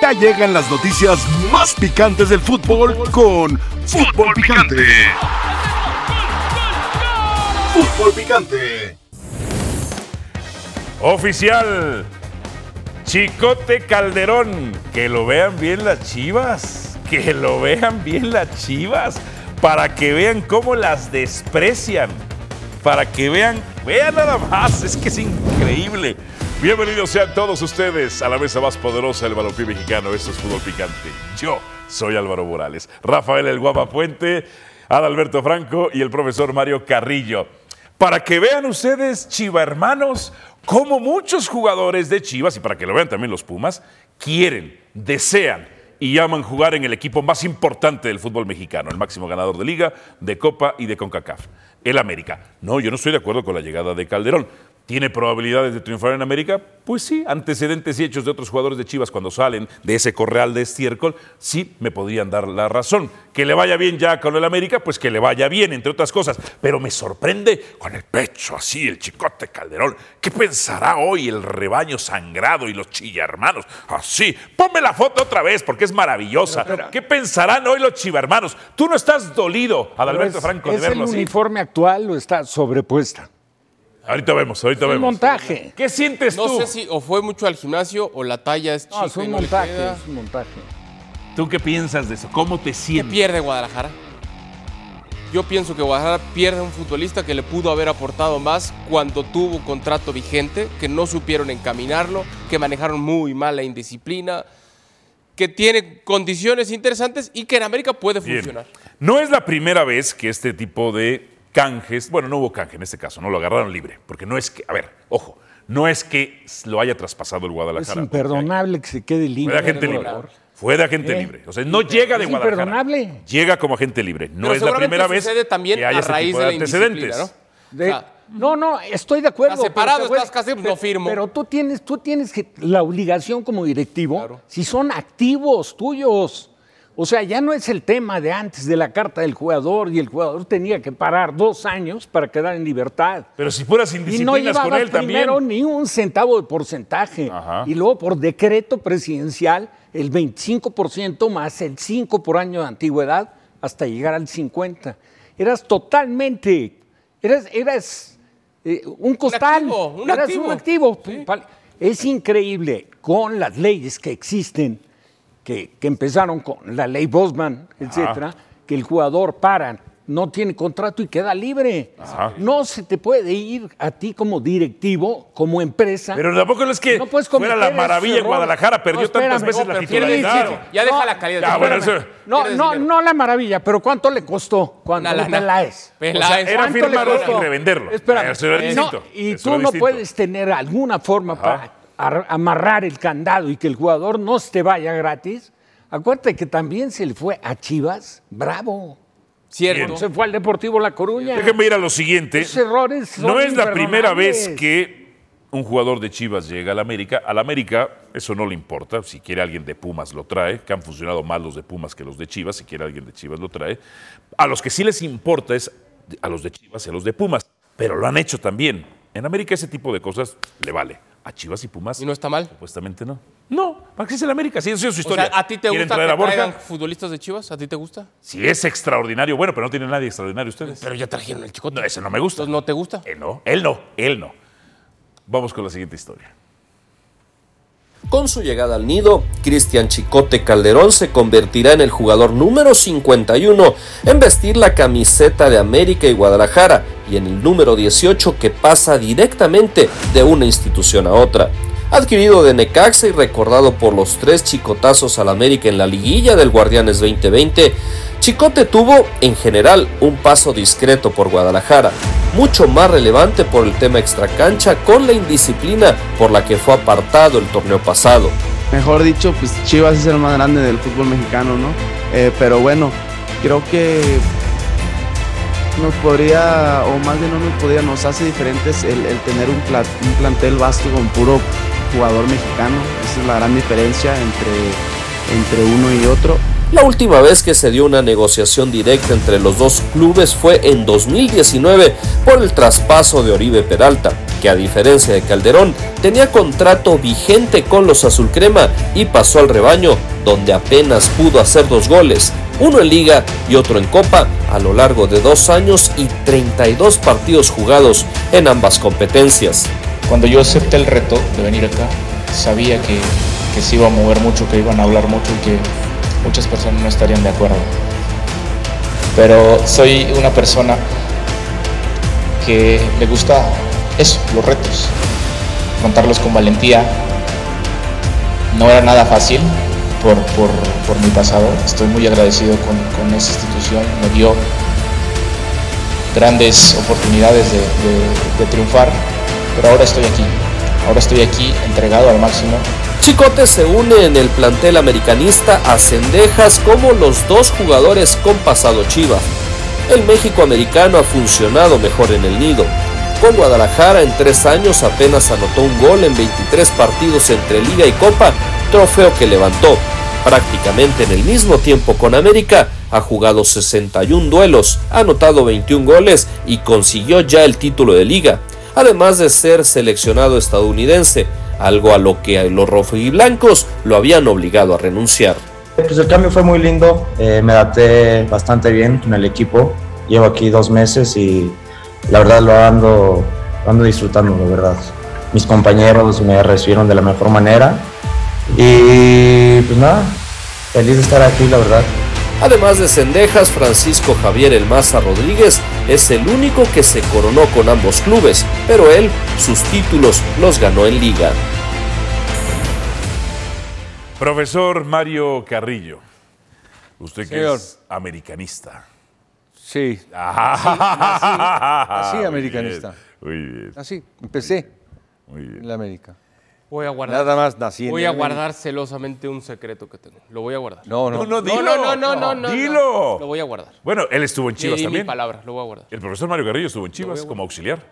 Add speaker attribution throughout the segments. Speaker 1: Ya llegan las noticias más picantes del fútbol con Fútbol Picante. Fútbol Picante.
Speaker 2: Oficial. Chicote Calderón. Que lo vean bien las chivas. Que lo vean bien las chivas. Para que vean cómo las desprecian. Para que vean. Vean nada más. Es que es increíble. Bienvenidos sean todos ustedes a la mesa más poderosa del balompié mexicano. Esto es Fútbol Picante. Yo soy Álvaro Morales. Rafael El Guapa Puente. Adalberto Franco y el profesor Mario Carrillo. Para que vean ustedes, Chiva hermanos, como muchos jugadores de Chivas, y para que lo vean también los Pumas, quieren, desean y llaman jugar en el equipo más importante del fútbol mexicano, el máximo ganador de liga, de Copa y de CONCACAF, el América. No, yo no estoy de acuerdo con la llegada de Calderón. ¿Tiene probabilidades de triunfar en América? Pues sí, antecedentes y hechos de otros jugadores de Chivas cuando salen de ese corral de estiércol, sí me podrían dar la razón. Que le vaya bien ya con el América, pues que le vaya bien, entre otras cosas. Pero me sorprende con el pecho así, el chicote Calderón. ¿Qué pensará hoy el rebaño sangrado y los chillarmanos? Así, ponme la foto otra vez porque es maravillosa. ¿Qué pensarán hoy los chivarmanos? Tú no estás dolido, Adalberto
Speaker 3: es,
Speaker 2: Franco,
Speaker 3: ¿es
Speaker 2: de verlo
Speaker 3: el
Speaker 2: así.
Speaker 3: uniforme actual o está sobrepuesta?
Speaker 2: Ahorita vemos, ahorita
Speaker 3: Un
Speaker 2: vemos.
Speaker 3: montaje.
Speaker 2: ¿Qué sientes
Speaker 4: No
Speaker 2: tú?
Speaker 4: sé si o fue mucho al gimnasio o la talla es chica
Speaker 3: No, es
Speaker 4: y
Speaker 3: un
Speaker 4: no le
Speaker 3: montaje,
Speaker 4: queda.
Speaker 3: es un montaje.
Speaker 2: ¿Tú qué piensas de eso? ¿Cómo te
Speaker 4: ¿Qué
Speaker 2: sientes?
Speaker 4: pierde Guadalajara? Yo pienso que Guadalajara pierde a un futbolista que le pudo haber aportado más cuando tuvo contrato vigente, que no supieron encaminarlo, que manejaron muy mal la indisciplina, que tiene condiciones interesantes y que en América puede
Speaker 2: Bien.
Speaker 4: funcionar.
Speaker 2: No es la primera vez que este tipo de canjes, bueno, no hubo canje en este caso, no lo agarraron libre, porque no es que, a ver, ojo, no es que lo haya traspasado el
Speaker 3: Es
Speaker 2: Guadalajara.
Speaker 3: imperdonable que se quede
Speaker 2: Fue de
Speaker 3: libre.
Speaker 2: agente
Speaker 3: por
Speaker 2: libre.
Speaker 3: favor.
Speaker 2: Fue de agente
Speaker 3: ¿Eh?
Speaker 2: libre. O sea, no llega de
Speaker 3: Es
Speaker 2: Guadalajara.
Speaker 3: imperdonable.
Speaker 2: Llega como agente libre. No
Speaker 4: Pero
Speaker 2: es la
Speaker 4: seguramente
Speaker 2: primera vez
Speaker 4: sucede también
Speaker 2: que haya
Speaker 4: a
Speaker 2: este
Speaker 4: raíz
Speaker 2: tipo
Speaker 4: de
Speaker 2: de,
Speaker 4: la
Speaker 2: antecedentes.
Speaker 4: indisciplina, ¿no?
Speaker 3: De-
Speaker 4: O sea,
Speaker 3: no, no, estoy de acuerdo.
Speaker 4: está
Speaker 3: pero
Speaker 4: separado,
Speaker 3: te voy a-
Speaker 4: estás casi, no
Speaker 3: pero-
Speaker 4: firmo.
Speaker 3: Pero tú tienes, tú tienes que- la obligación como directivo,
Speaker 4: Claro.
Speaker 3: si son activos tuyos. O sea, ya no es el tema de antes de la carta del jugador y el jugador tenía que parar dos años para quedar en libertad.
Speaker 2: Pero si
Speaker 3: Y
Speaker 2: fueras
Speaker 3: no
Speaker 2: indisciplinas con
Speaker 3: llevaba
Speaker 2: él también.
Speaker 3: primero ni un centavo de porcentaje.
Speaker 2: Ajá.
Speaker 3: Y luego por decreto presidencial, el 25% más el 5 por año de antigüedad hasta llegar al 50. Eras totalmente, eras, eras eh, un costal,
Speaker 4: activo, un
Speaker 3: eras
Speaker 4: activo.
Speaker 3: un activo. Pal- Es increíble con las leyes que existen, que, que empezaron con la ley Bosman, etcétera, que el jugador para, no tiene contrato y queda libre.
Speaker 2: Ajá.
Speaker 3: No se te puede ir a ti como directivo, como empresa.
Speaker 2: Pero tampoco es que
Speaker 3: No puedes
Speaker 2: fuera la
Speaker 3: cometer
Speaker 2: maravilla
Speaker 3: esos
Speaker 2: en Guadalajara,
Speaker 3: errores.
Speaker 2: perdió
Speaker 3: No,
Speaker 2: tantas
Speaker 3: espérame,
Speaker 2: veces
Speaker 3: no,
Speaker 2: la
Speaker 3: pero pierdes
Speaker 2: titularidad.
Speaker 3: dinero.
Speaker 4: Ya deja la calidad.
Speaker 2: Ya, Ah, bueno, eso-
Speaker 3: No,
Speaker 4: Pierdes
Speaker 3: no,
Speaker 4: dinero.
Speaker 3: no la maravilla, pero ¿cuánto le costó? Cuando
Speaker 4: Una lana.
Speaker 3: la E es.
Speaker 4: Peláez.
Speaker 2: E Era
Speaker 3: ¿cuánto le
Speaker 2: firmarlo
Speaker 3: costó?
Speaker 2: y revenderlo.
Speaker 3: Espérame.
Speaker 2: Eso era
Speaker 3: Y
Speaker 2: distinto.
Speaker 3: no- y
Speaker 2: Eso
Speaker 3: tú
Speaker 2: era
Speaker 3: no
Speaker 2: distinto.
Speaker 3: puedes tener alguna forma
Speaker 2: Ajá.
Speaker 3: para ar- amarrar el candado y que el jugador no se te vaya gratis. Acuérdate que también se le fue a Chivas, bravo.
Speaker 4: Cierto.
Speaker 3: Se fue al Deportivo La Coruña.
Speaker 2: Déjenme ir a lo siguiente.
Speaker 3: Esos errores son
Speaker 2: no es la primera vez
Speaker 3: imperdonables.
Speaker 2: que un jugador de Chivas llega al América. Al América eso no le importa. Si quiere alguien de Pumas lo trae. Que han funcionado más los de Pumas que los de Chivas. Si quiere alguien de Chivas lo trae. A los que sí les importa es a los de Chivas y a los de Pumas. Pero lo han hecho también. En América ese tipo de cosas le vale. A Chivas y Pumas.
Speaker 4: Y no está mal.
Speaker 2: Supuestamente no. No, ¿para qué es el América? Sí, eso es su
Speaker 4: O
Speaker 2: historia.
Speaker 4: sea, ¿a ti te
Speaker 2: ¿Quieren
Speaker 4: gusta que
Speaker 2: traer a Borja?
Speaker 4: traigan futbolistas de Chivas? ¿A ti te gusta?
Speaker 2: Si es extraordinario, bueno, pero no tiene nadie extraordinario ustedes.
Speaker 4: Pero ya trajeron el chicote.
Speaker 2: No, ese no me gusta.
Speaker 4: Entonces no te gusta.
Speaker 2: Él no, él no, él no. Vamos con la siguiente historia.
Speaker 5: Con su llegada al nido, Cristian Chicote Calderón se convertirá en el jugador número 51 en vestir la camiseta de América y Guadalajara y en el número 18 que pasa directamente de una institución a otra. Adquirido de Necaxa y recordado por los tres chicotazos al América en la liguilla del Guardianes 2020, Chicote tuvo, en general, un paso discreto por Guadalajara, mucho más relevante por el tema extracancha con la indisciplina por la que fue apartado el torneo pasado.
Speaker 6: Mejor dicho, pues Chivas es el más grande del fútbol mexicano, ¿no? Eh, pero bueno, creo que nos podría, o más bien no nos podría, nos hace diferentes el, el tener un, pla- un plantel vasto con puro jugador mexicano. Esa es la gran diferencia entre, entre uno y otro.
Speaker 5: La última vez que se dio una negociación directa entre los dos clubes fue en 2019 por el traspaso de Oribe Peralta, que a diferencia de Calderón tenía contrato vigente con los Azulcrema y pasó al rebaño, donde apenas pudo hacer dos goles, uno en liga y otro en copa, a lo largo de dos años y 32 partidos jugados en ambas competencias.
Speaker 7: Cuando yo acepté el reto de venir acá, sabía que, que se iba a mover mucho, que iban a hablar mucho y que muchas personas no estarían de acuerdo. Pero soy una persona que le gusta eso, los retos, contarlos con valentía. No era nada fácil por, por, por mi pasado. Estoy muy agradecido con, con, esa institución. Me dio grandes oportunidades de, de, de triunfar. Pero ahora estoy aquí. Ahora estoy aquí entregado al máximo
Speaker 5: Chicote se une en el plantel americanista a Cendejas como los dos jugadores con pasado Chiva. El México americano ha funcionado mejor en el nido. Con Guadalajara en tres años apenas anotó un gol en 23 partidos entre Liga y Copa, trofeo que levantó. Prácticamente en el mismo tiempo con América, ha jugado 61 duelos, ha anotado 21 goles y consiguió ya el título de Liga, además de ser seleccionado estadounidense algo a lo que los rojiblancos lo habían obligado a renunciar.
Speaker 8: Pues el cambio fue muy lindo, eh, me adapté bastante bien con el equipo, llevo aquí dos meses y la verdad lo ando, lo ando disfrutando, la verdad. Mis compañeros me recibieron de la mejor manera y pues nada, feliz de estar aquí, la verdad.
Speaker 5: Además de Cendejas, Francisco Javier El Maza Rodríguez es el único que se coronó con ambos clubes, pero él sus títulos los ganó en liga.
Speaker 2: Profesor Mario Carrillo, usted que
Speaker 3: Señor.
Speaker 2: es americanista.
Speaker 3: Sí, así,
Speaker 2: Muy
Speaker 9: americanista.
Speaker 2: bien, Muy bien,
Speaker 9: Así, empecé
Speaker 2: muy bien.
Speaker 9: en la América.
Speaker 4: Voy a guardar,
Speaker 9: Nada más nací en
Speaker 4: voy a
Speaker 9: el-
Speaker 4: guardar celosamente un secreto que tengo. Lo voy a guardar.
Speaker 9: No, no.
Speaker 2: No, no, dilo.
Speaker 4: no, no, no, no, no.
Speaker 2: Dilo.
Speaker 4: Lo voy a guardar.
Speaker 2: Bueno, él estuvo en
Speaker 4: Le
Speaker 2: Chivas
Speaker 4: di mi
Speaker 2: también.
Speaker 4: palabra, lo voy a guardar.
Speaker 2: El profesor Mario Carrillo estuvo en Chivas como auxiliar.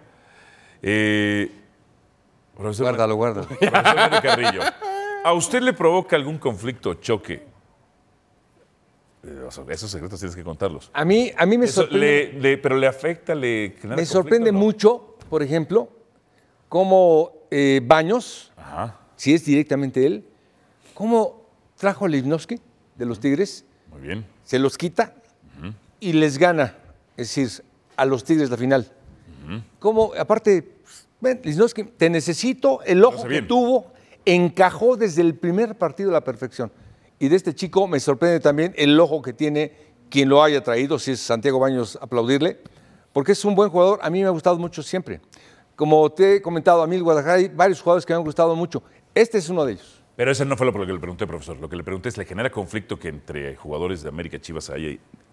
Speaker 2: Eh, profesor
Speaker 9: Guárdalo, guárdalo.
Speaker 2: Profesor Mario Carrillo, ¿a usted le provoca algún conflicto o choque? Eh, o sea, Esos secretos tienes que contarlos.
Speaker 9: A mí, a mí me
Speaker 2: Eso
Speaker 9: sorprende.
Speaker 2: le- le- pero le afecta, le genera
Speaker 9: Me
Speaker 2: conflicto,
Speaker 9: sorprende
Speaker 2: ¿no?
Speaker 9: mucho, por ejemplo, cómo eh, Baños,
Speaker 2: Ajá,
Speaker 9: si es directamente él, cómo trajo a Livnowski de los Tigres,
Speaker 2: muy bien.
Speaker 9: se los quita y les gana, es decir, a los Tigres la final. Cómo, aparte, ven, Livnowski, te necesito, el ojo
Speaker 2: hace
Speaker 9: que
Speaker 2: bien.
Speaker 9: tuvo encajó desde el primer partido a la perfección. Y de este chico me sorprende también el ojo que tiene quien lo haya traído, si es Santiago Baños, aplaudirle, porque es un buen jugador, a mí me ha gustado mucho siempre. Como te he comentado, a mí el Guadalajara hay varios jugadores que me han gustado mucho. Este es uno de ellos.
Speaker 2: Pero eso no fue lo que le pregunté, profesor. Lo que le pregunté es, ¿le genera conflicto que entre jugadores de América y Chivas haya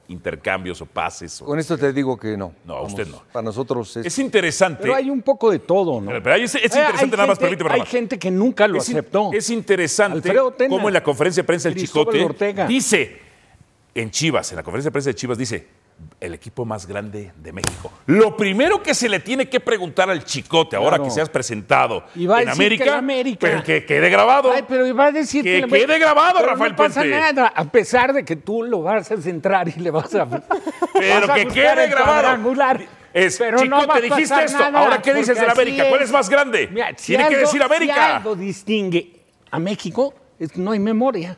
Speaker 2: intercambios o pases? o-
Speaker 3: Pues,
Speaker 9: Con esto te digo que no.
Speaker 2: No, a usted no.
Speaker 9: Para nosotros es...
Speaker 2: Es interesante.
Speaker 3: Pero hay un poco de todo, ¿no?
Speaker 2: Pero- pero hay- es,
Speaker 3: Eh,
Speaker 2: es
Speaker 3: hay
Speaker 2: interesante nada más,
Speaker 3: gente-
Speaker 2: permíteme nada
Speaker 3: Hay
Speaker 2: más.
Speaker 3: gente que nunca lo
Speaker 2: es, in-
Speaker 3: aceptó.
Speaker 2: es interesante
Speaker 3: Alfredo Tena,
Speaker 2: cómo en la conferencia de prensa el
Speaker 3: Cristóbal
Speaker 2: Chicote
Speaker 3: Ortega.
Speaker 2: dice en Chivas, en la conferencia de prensa de Chivas dice el equipo más grande de México. Lo primero que se le tiene que preguntar al Chicote ahora
Speaker 3: Claro.
Speaker 2: que seas presentado
Speaker 3: Y va a
Speaker 2: en
Speaker 3: decir que
Speaker 2: América,
Speaker 3: la América.
Speaker 2: pero que quede grabado.
Speaker 3: Ay, pero iba a decir
Speaker 2: Que
Speaker 3: la-
Speaker 2: quede grabado,
Speaker 3: pero
Speaker 2: Rafael
Speaker 3: no pasa
Speaker 2: Puente.
Speaker 3: nada, a pesar de que tú lo vas a centrar y le vas a.
Speaker 2: Pero que quede grabado. Es, Chicote,
Speaker 3: te
Speaker 2: dijiste esto. Ahora, ¿qué dices de la América? ¿Cuál es más grande? Tiene que decir América.
Speaker 3: Si algo distingue a México, es- no hay memoria.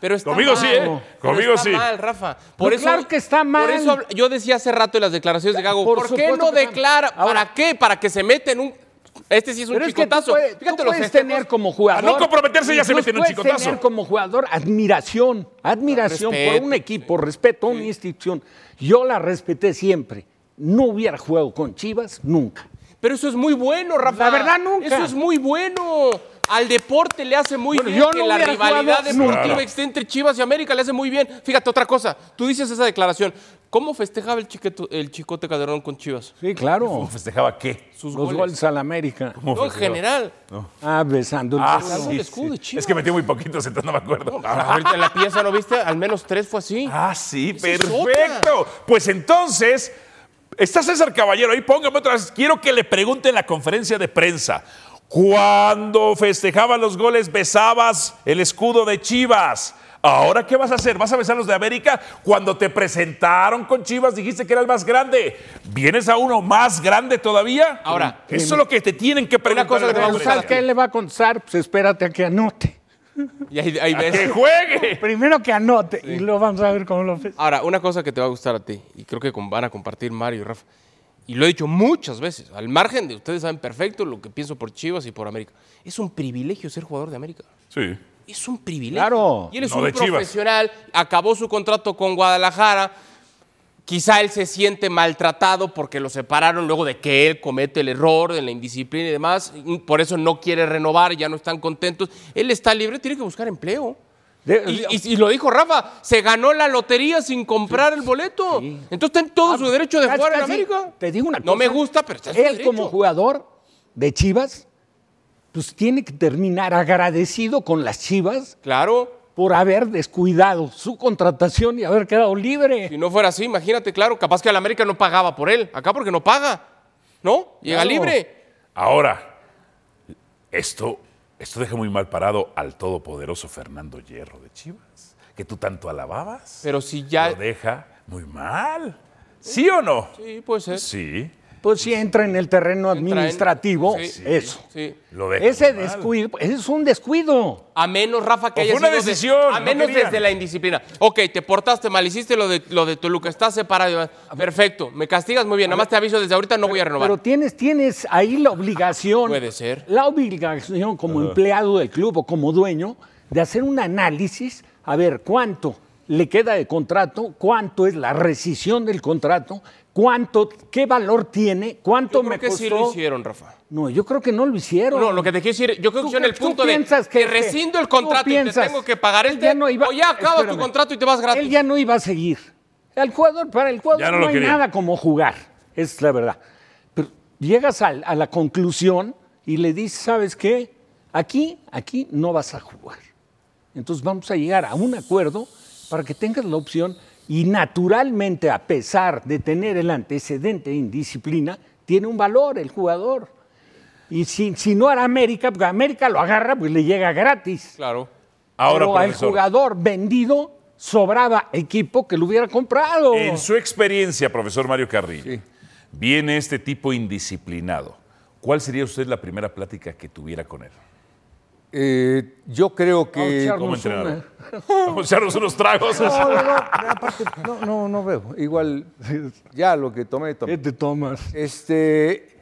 Speaker 4: Pero está
Speaker 2: Conmigo
Speaker 4: mal.
Speaker 2: sí, ¿eh?
Speaker 4: Pero
Speaker 2: Conmigo
Speaker 4: está
Speaker 2: sí.
Speaker 4: mal, Rafa.
Speaker 3: Pues claro que está mal.
Speaker 4: Por eso habl- yo decía hace rato en las declaraciones de Gago,
Speaker 3: Por
Speaker 4: ¿por, qué
Speaker 3: supuesto
Speaker 4: no
Speaker 3: que está mal.
Speaker 4: declara?
Speaker 3: Ahora-
Speaker 4: ¿Para qué? Para que se meta en un este sí es un
Speaker 3: Pero es que tú,
Speaker 4: chicotazo.
Speaker 3: puedes, tú
Speaker 4: Fíjate los
Speaker 3: puedes
Speaker 4: festejos.
Speaker 3: tener como jugador.
Speaker 2: Al no comprometerse ya se
Speaker 3: tú
Speaker 2: mete en un
Speaker 3: puedes
Speaker 2: chicotazo.
Speaker 3: tener como jugador admiración, admiración por
Speaker 4: Respeto,
Speaker 3: un equipo, respeto a una institución. Yo la respeté siempre. No hubiera jugado con Chivas nunca.
Speaker 4: Pero eso es muy bueno, Rafa.
Speaker 3: La verdad, nunca.
Speaker 4: Ah, Eso es muy bueno. Al deporte le hace muy
Speaker 3: Bueno,
Speaker 4: bien
Speaker 3: yo
Speaker 4: que
Speaker 3: no
Speaker 4: la
Speaker 3: hubiera
Speaker 4: rivalidad
Speaker 3: jugado-
Speaker 4: deportiva
Speaker 2: Claro.
Speaker 4: esté entre Chivas y América le hace muy bien. Fíjate otra cosa, tú dices esa declaración. ¿Cómo festejaba el, chiqueto- el chicote Calderón con Chivas?
Speaker 3: Sí, claro.
Speaker 2: ¿Cómo festejaba qué?
Speaker 3: Los goles. al América.
Speaker 2: ¿Cómo
Speaker 4: No, en
Speaker 2: festejaba?
Speaker 4: general.
Speaker 3: Ah, besando el
Speaker 2: Ah,
Speaker 3: escudo.
Speaker 4: Algo
Speaker 2: sí,
Speaker 4: de escudo de
Speaker 2: sí.
Speaker 4: Chivas.
Speaker 2: Es que metió muy poquitos, entonces no me acuerdo.
Speaker 4: Ahorita en la pieza, ¿no viste? Al menos tres fue así.
Speaker 2: Ah, sí,
Speaker 4: Esa es
Speaker 2: perfecto. Pues entonces, está César Caballero ahí, póngame otra vez. Quiero que le pregunte en la conferencia de prensa. Cuando festejaba los goles, besabas el escudo de Chivas. ¿Ahora qué vas a hacer? ¿Vas a besar los de América? Cuando te presentaron con Chivas dijiste que era el más grande. ¿Vienes a uno más grande todavía?
Speaker 4: Ahora,
Speaker 2: Eso es lo que te tienen que preguntar.
Speaker 4: cosa
Speaker 2: en
Speaker 4: que
Speaker 2: la
Speaker 4: te va a
Speaker 2: conferencia.
Speaker 3: ¿Sabes qué le va a contestar? Pues espérate a que anote.
Speaker 4: Y ahí, ahí ves.
Speaker 2: ¡Que juegue!
Speaker 3: Primero que anote y luego vamos a ver cómo lo hace.
Speaker 4: Ahora, una cosa que te va a gustar a ti, y creo que con- van a compartir Mario y Rafa, y lo he dicho muchas veces, al margen de ustedes saben perfecto lo que pienso por Chivas y por América. Es un privilegio ser jugador de América.
Speaker 2: Sí.
Speaker 4: Es un privilegio.
Speaker 3: Claro.
Speaker 4: Y él es
Speaker 2: No
Speaker 4: un
Speaker 2: de Chivas.
Speaker 4: profesional, acabó su contrato con Guadalajara. Quizá él se siente maltratado porque lo separaron luego de que él comete el error de la indisciplina y demás. y Por eso no quiere renovar, ya no están contentos. Él está libre, tiene que buscar empleo.
Speaker 3: De-
Speaker 4: Y, y- y lo dijo Rafa, se ganó la lotería sin comprar el boleto. Entonces está en todo su derecho de
Speaker 3: Ah, Casi,
Speaker 4: jugar en
Speaker 3: casi,
Speaker 4: América.
Speaker 3: Te digo una cosa.
Speaker 4: No me gusta, pero está en su
Speaker 3: Él
Speaker 4: derecho.
Speaker 3: como jugador de Chivas, pues tiene que terminar agradecido con las Chivas
Speaker 4: Claro.
Speaker 3: por haber descuidado su contratación y haber quedado libre.
Speaker 4: Si no fuera así, imagínate, claro, capaz que al América no pagaba por él. Acá porque no paga. ¿No? Llega
Speaker 3: Claro.
Speaker 4: libre.
Speaker 2: Ahora, esto, esto deja muy mal parado al todopoderoso Fernando Hierro de Chivas, que tú tanto alababas.
Speaker 4: Pero si ya.
Speaker 2: Lo deja muy mal. ¿Sí o no?
Speaker 4: Sí, puede ser.
Speaker 2: Sí.
Speaker 3: Pues si entra en el terreno
Speaker 4: Entra en-
Speaker 3: administrativo,
Speaker 4: Sí,
Speaker 3: eso.
Speaker 4: sí.
Speaker 2: Lo deja
Speaker 3: Ese
Speaker 2: muy mal.
Speaker 3: descuido, ese es un descuido.
Speaker 4: A menos, Rafa, que
Speaker 2: O
Speaker 4: haya
Speaker 2: fue una
Speaker 4: sido de-
Speaker 2: decisión,
Speaker 4: a
Speaker 2: no
Speaker 4: menos
Speaker 2: querían.
Speaker 4: desde la indisciplina. Ok, te portaste mal, hiciste lo de, lo de Toluca, estás separado. y demás. Perfecto, me castigas muy bien. Nada más te aviso desde ahorita, no voy a renovar.
Speaker 3: Pero tienes, tienes ahí la obligación.
Speaker 4: Puede ser.
Speaker 3: La obligación como empleado del club o como dueño de hacer un análisis, a ver cuánto le queda de contrato, cuánto es la rescisión del contrato, cuánto, qué valor tiene, cuánto
Speaker 4: Yo
Speaker 3: me
Speaker 4: creo que
Speaker 3: costó.
Speaker 4: sí lo hicieron, Rafa.
Speaker 3: No, yo creo que no lo hicieron.
Speaker 4: No, lo que te quiero decir, yo creo que
Speaker 3: Tú-
Speaker 4: hicieron el
Speaker 3: tú
Speaker 4: punto de
Speaker 3: piensas
Speaker 4: que
Speaker 3: que-
Speaker 4: rescindo el
Speaker 3: tú
Speaker 4: contrato y
Speaker 3: piensas,
Speaker 4: te tengo que pagar
Speaker 3: él
Speaker 4: este,
Speaker 3: ya no iba-
Speaker 4: o ya acabas tu
Speaker 3: espérame.
Speaker 4: contrato y te vas gratis.
Speaker 3: Él ya no iba a seguir. Al jugador, para el jugador
Speaker 2: Ya no
Speaker 3: no,
Speaker 2: lo
Speaker 3: hay
Speaker 2: quería.
Speaker 3: nada como jugar. Es la verdad. Pero llegas al- a, la conclusión y le dices, ¿sabes qué? Aquí, aquí no vas a jugar. Entonces vamos a llegar a un acuerdo para que tengas la opción y naturalmente, a pesar de tener el antecedente de indisciplina, tiene un valor el jugador. Y si, si no hará América, porque América lo agarra, pues le llega gratis.
Speaker 4: Claro.
Speaker 2: Ahora,
Speaker 3: Pero al
Speaker 2: profesor,
Speaker 3: jugador vendido sobraba equipo que lo hubiera
Speaker 4: Oh.
Speaker 3: comprado.
Speaker 2: en su experiencia, profesor Mario Carrillo, viene este tipo indisciplinado. ¿Cuál sería usted la primera plática que tuviera con él?
Speaker 9: Eh, yo creo
Speaker 3: Vamos a
Speaker 9: que.
Speaker 3: echarnos
Speaker 2: Como
Speaker 3: una.
Speaker 2: entrenador. Vamos a echarnos unos tragos.
Speaker 9: No, no, no, aparte, no, no, no veo. Igual, ya lo que tomé, tomé.
Speaker 3: ¿Qué te tomas?
Speaker 9: Este,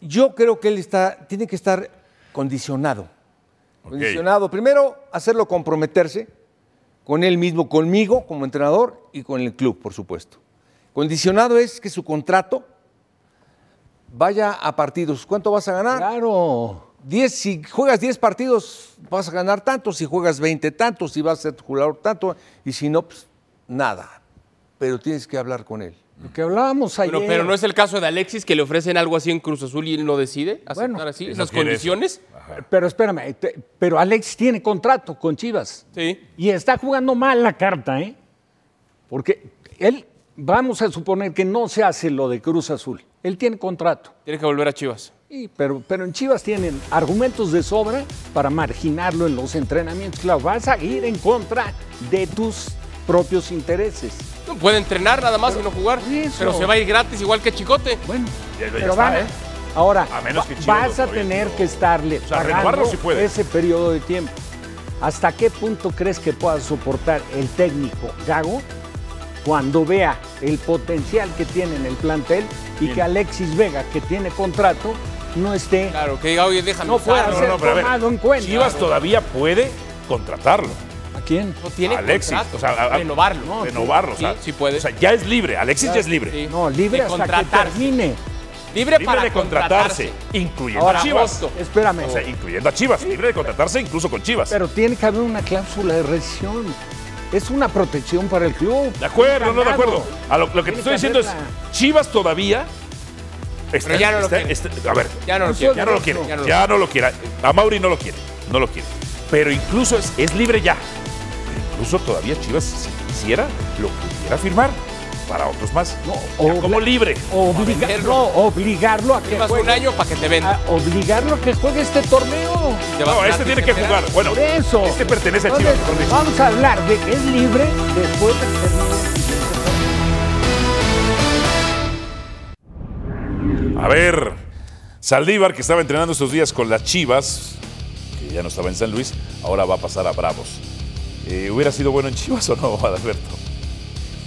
Speaker 9: yo creo que él está, tiene que estar condicionado. Condicionado. Primero, hacerlo comprometerse con él mismo, conmigo como entrenador y con el club, por supuesto. Condicionado es que su contrato vaya a partidos. ¿Cuánto vas a ganar?
Speaker 3: Claro.
Speaker 9: 10, si juegas 10 partidos, vas a ganar tanto, si juegas 20 tanto, si vas a ser jugador tanto, y si no, pues nada. Pero tienes que hablar con él.
Speaker 3: Lo que hablábamos ayer.
Speaker 4: Pero, pero no es el caso de Alexis que le ofrecen algo así en Cruz Azul y él no decide aceptar
Speaker 3: Bueno.
Speaker 4: así
Speaker 2: Él no
Speaker 4: esas
Speaker 2: quiere eso.
Speaker 4: condiciones.
Speaker 3: Pero espérame, te- pero Alex tiene contrato con Chivas.
Speaker 4: Sí.
Speaker 3: Y está jugando mal la carta, ¿eh? Porque él, vamos a suponer que no se hace lo de Cruz Azul. Él tiene contrato.
Speaker 4: Tiene que volver a Chivas.
Speaker 3: Y- pero, pero en Chivas tienen argumentos de sobra para marginarlo en los entrenamientos. Claro, vas a ir en contra de tus propios intereses.
Speaker 4: No puede entrenar nada más y no jugar.
Speaker 3: por eso.
Speaker 4: Pero se va a ir gratis igual que Chicote.
Speaker 3: Bueno,
Speaker 2: Ya- ya
Speaker 3: pero
Speaker 2: está,
Speaker 3: van a-
Speaker 2: ¿eh?
Speaker 3: Ahora,
Speaker 2: A menos
Speaker 3: va-
Speaker 2: que Chivas
Speaker 3: vas
Speaker 2: lo
Speaker 3: a
Speaker 2: aproveche,
Speaker 3: tener
Speaker 2: ¿no?
Speaker 3: que estarle
Speaker 2: sea,
Speaker 3: pagando
Speaker 2: renovarlo sí puede.
Speaker 3: ese periodo de tiempo. ¿Hasta qué punto crees que pueda soportar el técnico Gago cuando vea el potencial que tiene en el plantel y que Alexis Vega, que tiene contrato, no esté,
Speaker 4: Claro, que diga, oye, déjame.
Speaker 3: no pueda
Speaker 4: usarlo,
Speaker 2: no,
Speaker 3: ser
Speaker 2: no, pero a ver,
Speaker 3: tomado en cuenta?
Speaker 2: Chivas todavía puede contratarlo.
Speaker 3: ¿A quién?
Speaker 4: No tiene
Speaker 2: Alexis,
Speaker 4: contrato,
Speaker 2: o sea, a- a-
Speaker 4: renovarlo. No,
Speaker 2: Renovarlo. o
Speaker 4: sí,
Speaker 2: sea,
Speaker 4: sí puede.
Speaker 2: O sea, ya es libre. Alexis ya es libre.
Speaker 4: Sí.
Speaker 3: No, libre
Speaker 4: De
Speaker 3: hasta que
Speaker 4: contratarse.
Speaker 3: termine.
Speaker 4: libre,
Speaker 2: Libre
Speaker 4: para
Speaker 2: de contratarse,
Speaker 4: contratarse.
Speaker 2: incluyendo
Speaker 3: Ahora,
Speaker 2: a Chivas.
Speaker 4: justo.
Speaker 3: espérame.
Speaker 2: O sea, incluyendo a Chivas. Libre de contratarse incluso con Chivas.
Speaker 3: Pero tiene que haber una cláusula de rescisión. Es una protección para el club.
Speaker 2: de acuerdo, no de
Speaker 3: Ganado.
Speaker 2: acuerdo. A lo, lo que
Speaker 3: Tiene
Speaker 2: te estoy
Speaker 3: que
Speaker 2: diciendo es,
Speaker 3: haberla.
Speaker 2: Chivas todavía... está-
Speaker 4: Pero ya no lo
Speaker 2: está-
Speaker 4: quiere.
Speaker 2: está- a ver,
Speaker 4: Ya no lo
Speaker 3: No
Speaker 4: quiere.
Speaker 2: ya no lo quiere.
Speaker 4: Ya no lo
Speaker 2: Ya no lo quiere. A Mauri no lo quiere. No lo quiere. Pero incluso es, es libre ya. Pero incluso todavía Chivas, si quisiera, lo pudiera firmar. para otros más. Ya como libre.
Speaker 3: Obliga- no, obligarlo a que
Speaker 4: Más un
Speaker 3: juegue. Ah,
Speaker 4: año para que te venda.
Speaker 3: a obligarlo a que juegue este torneo.
Speaker 4: Te vas
Speaker 2: No,
Speaker 4: gratis,
Speaker 2: este tiene que
Speaker 4: etcétera.
Speaker 2: jugar. Bueno,
Speaker 3: Por eso.
Speaker 2: este pertenece a Chivas.
Speaker 3: Entonces,
Speaker 2: mejor dicho.
Speaker 3: vamos a hablar de que es libre después de que termine.
Speaker 2: A ver, Saldívar, que estaba entrenando estos días con las Chivas, que ya no estaba en San Luis, ahora va a pasar a Bravos. Eh, ¿Hubiera sido bueno en Chivas o no, Adalberto?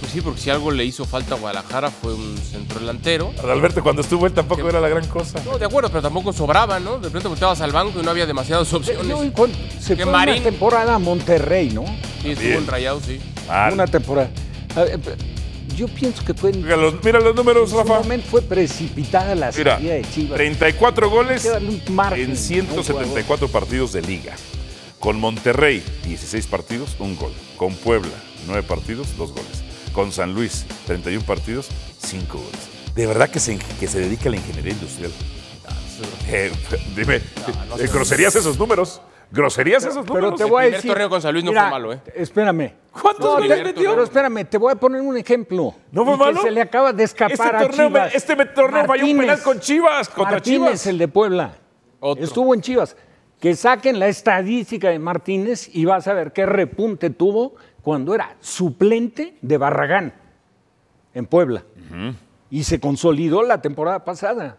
Speaker 4: Pues sí, porque si algo le hizo falta a Guadalajara fue un centro delantero.
Speaker 2: Adalberto, cuando estuvo él tampoco era la gran cosa.
Speaker 4: No, de acuerdo, pero tampoco sobraba, ¿no? De pronto volteabas al banco y no había demasiadas
Speaker 3: No, y
Speaker 4: opciones.
Speaker 3: con- se
Speaker 4: Que
Speaker 3: fue
Speaker 4: Marín-
Speaker 3: una temporada a Monterrey, ¿no?
Speaker 4: Sí, estuvo
Speaker 2: Bien.
Speaker 4: en Rayado, sí.
Speaker 2: Mal.
Speaker 3: Una temporada. A ver, Yo pienso que fue en
Speaker 2: Mira los, mira los números,
Speaker 3: su
Speaker 2: Rafa.
Speaker 3: momento fue precipitada la
Speaker 2: Mira,
Speaker 3: salida de Chivas.
Speaker 2: 34 goles
Speaker 3: Hay que darle un margen,
Speaker 2: en
Speaker 3: ¿no?
Speaker 2: 174 partidos de liga. Con Monterrey, 16 partidos, un gol. Con Puebla, 9 partidos, 2 goles. Con San Luis, 31 partidos, 5 goles. De verdad que se, ing- que se dedica a la ingeniería industrial.
Speaker 3: Ah,
Speaker 2: Eh, dime, eh, groserías esos números. Groserías esos
Speaker 3: Pero
Speaker 2: números.
Speaker 3: te voy a
Speaker 4: primer
Speaker 3: decir.
Speaker 4: torneo con San Luis no
Speaker 3: mira,
Speaker 4: fue malo, ¿eh?
Speaker 3: Espérame.
Speaker 2: ¿Cuántos
Speaker 3: No,
Speaker 2: goles
Speaker 3: te-
Speaker 4: metió?
Speaker 3: Pero espérame, te voy a poner un ejemplo.
Speaker 2: ¿No fue
Speaker 3: Y que
Speaker 2: malo?
Speaker 3: Se le acaba de escapar
Speaker 2: Este
Speaker 3: a
Speaker 2: torneo me-
Speaker 3: Chivas.
Speaker 2: este me- torneo falló un penal con Chivas, contra
Speaker 3: Martínez,
Speaker 2: Chivas.
Speaker 3: el de Puebla.
Speaker 4: Otro.
Speaker 3: Estuvo en Chivas. Que saquen la estadística de Martínez y vas a ver qué repunte tuvo cuando era suplente de Barragán en Puebla. Y se consolidó la temporada pasada.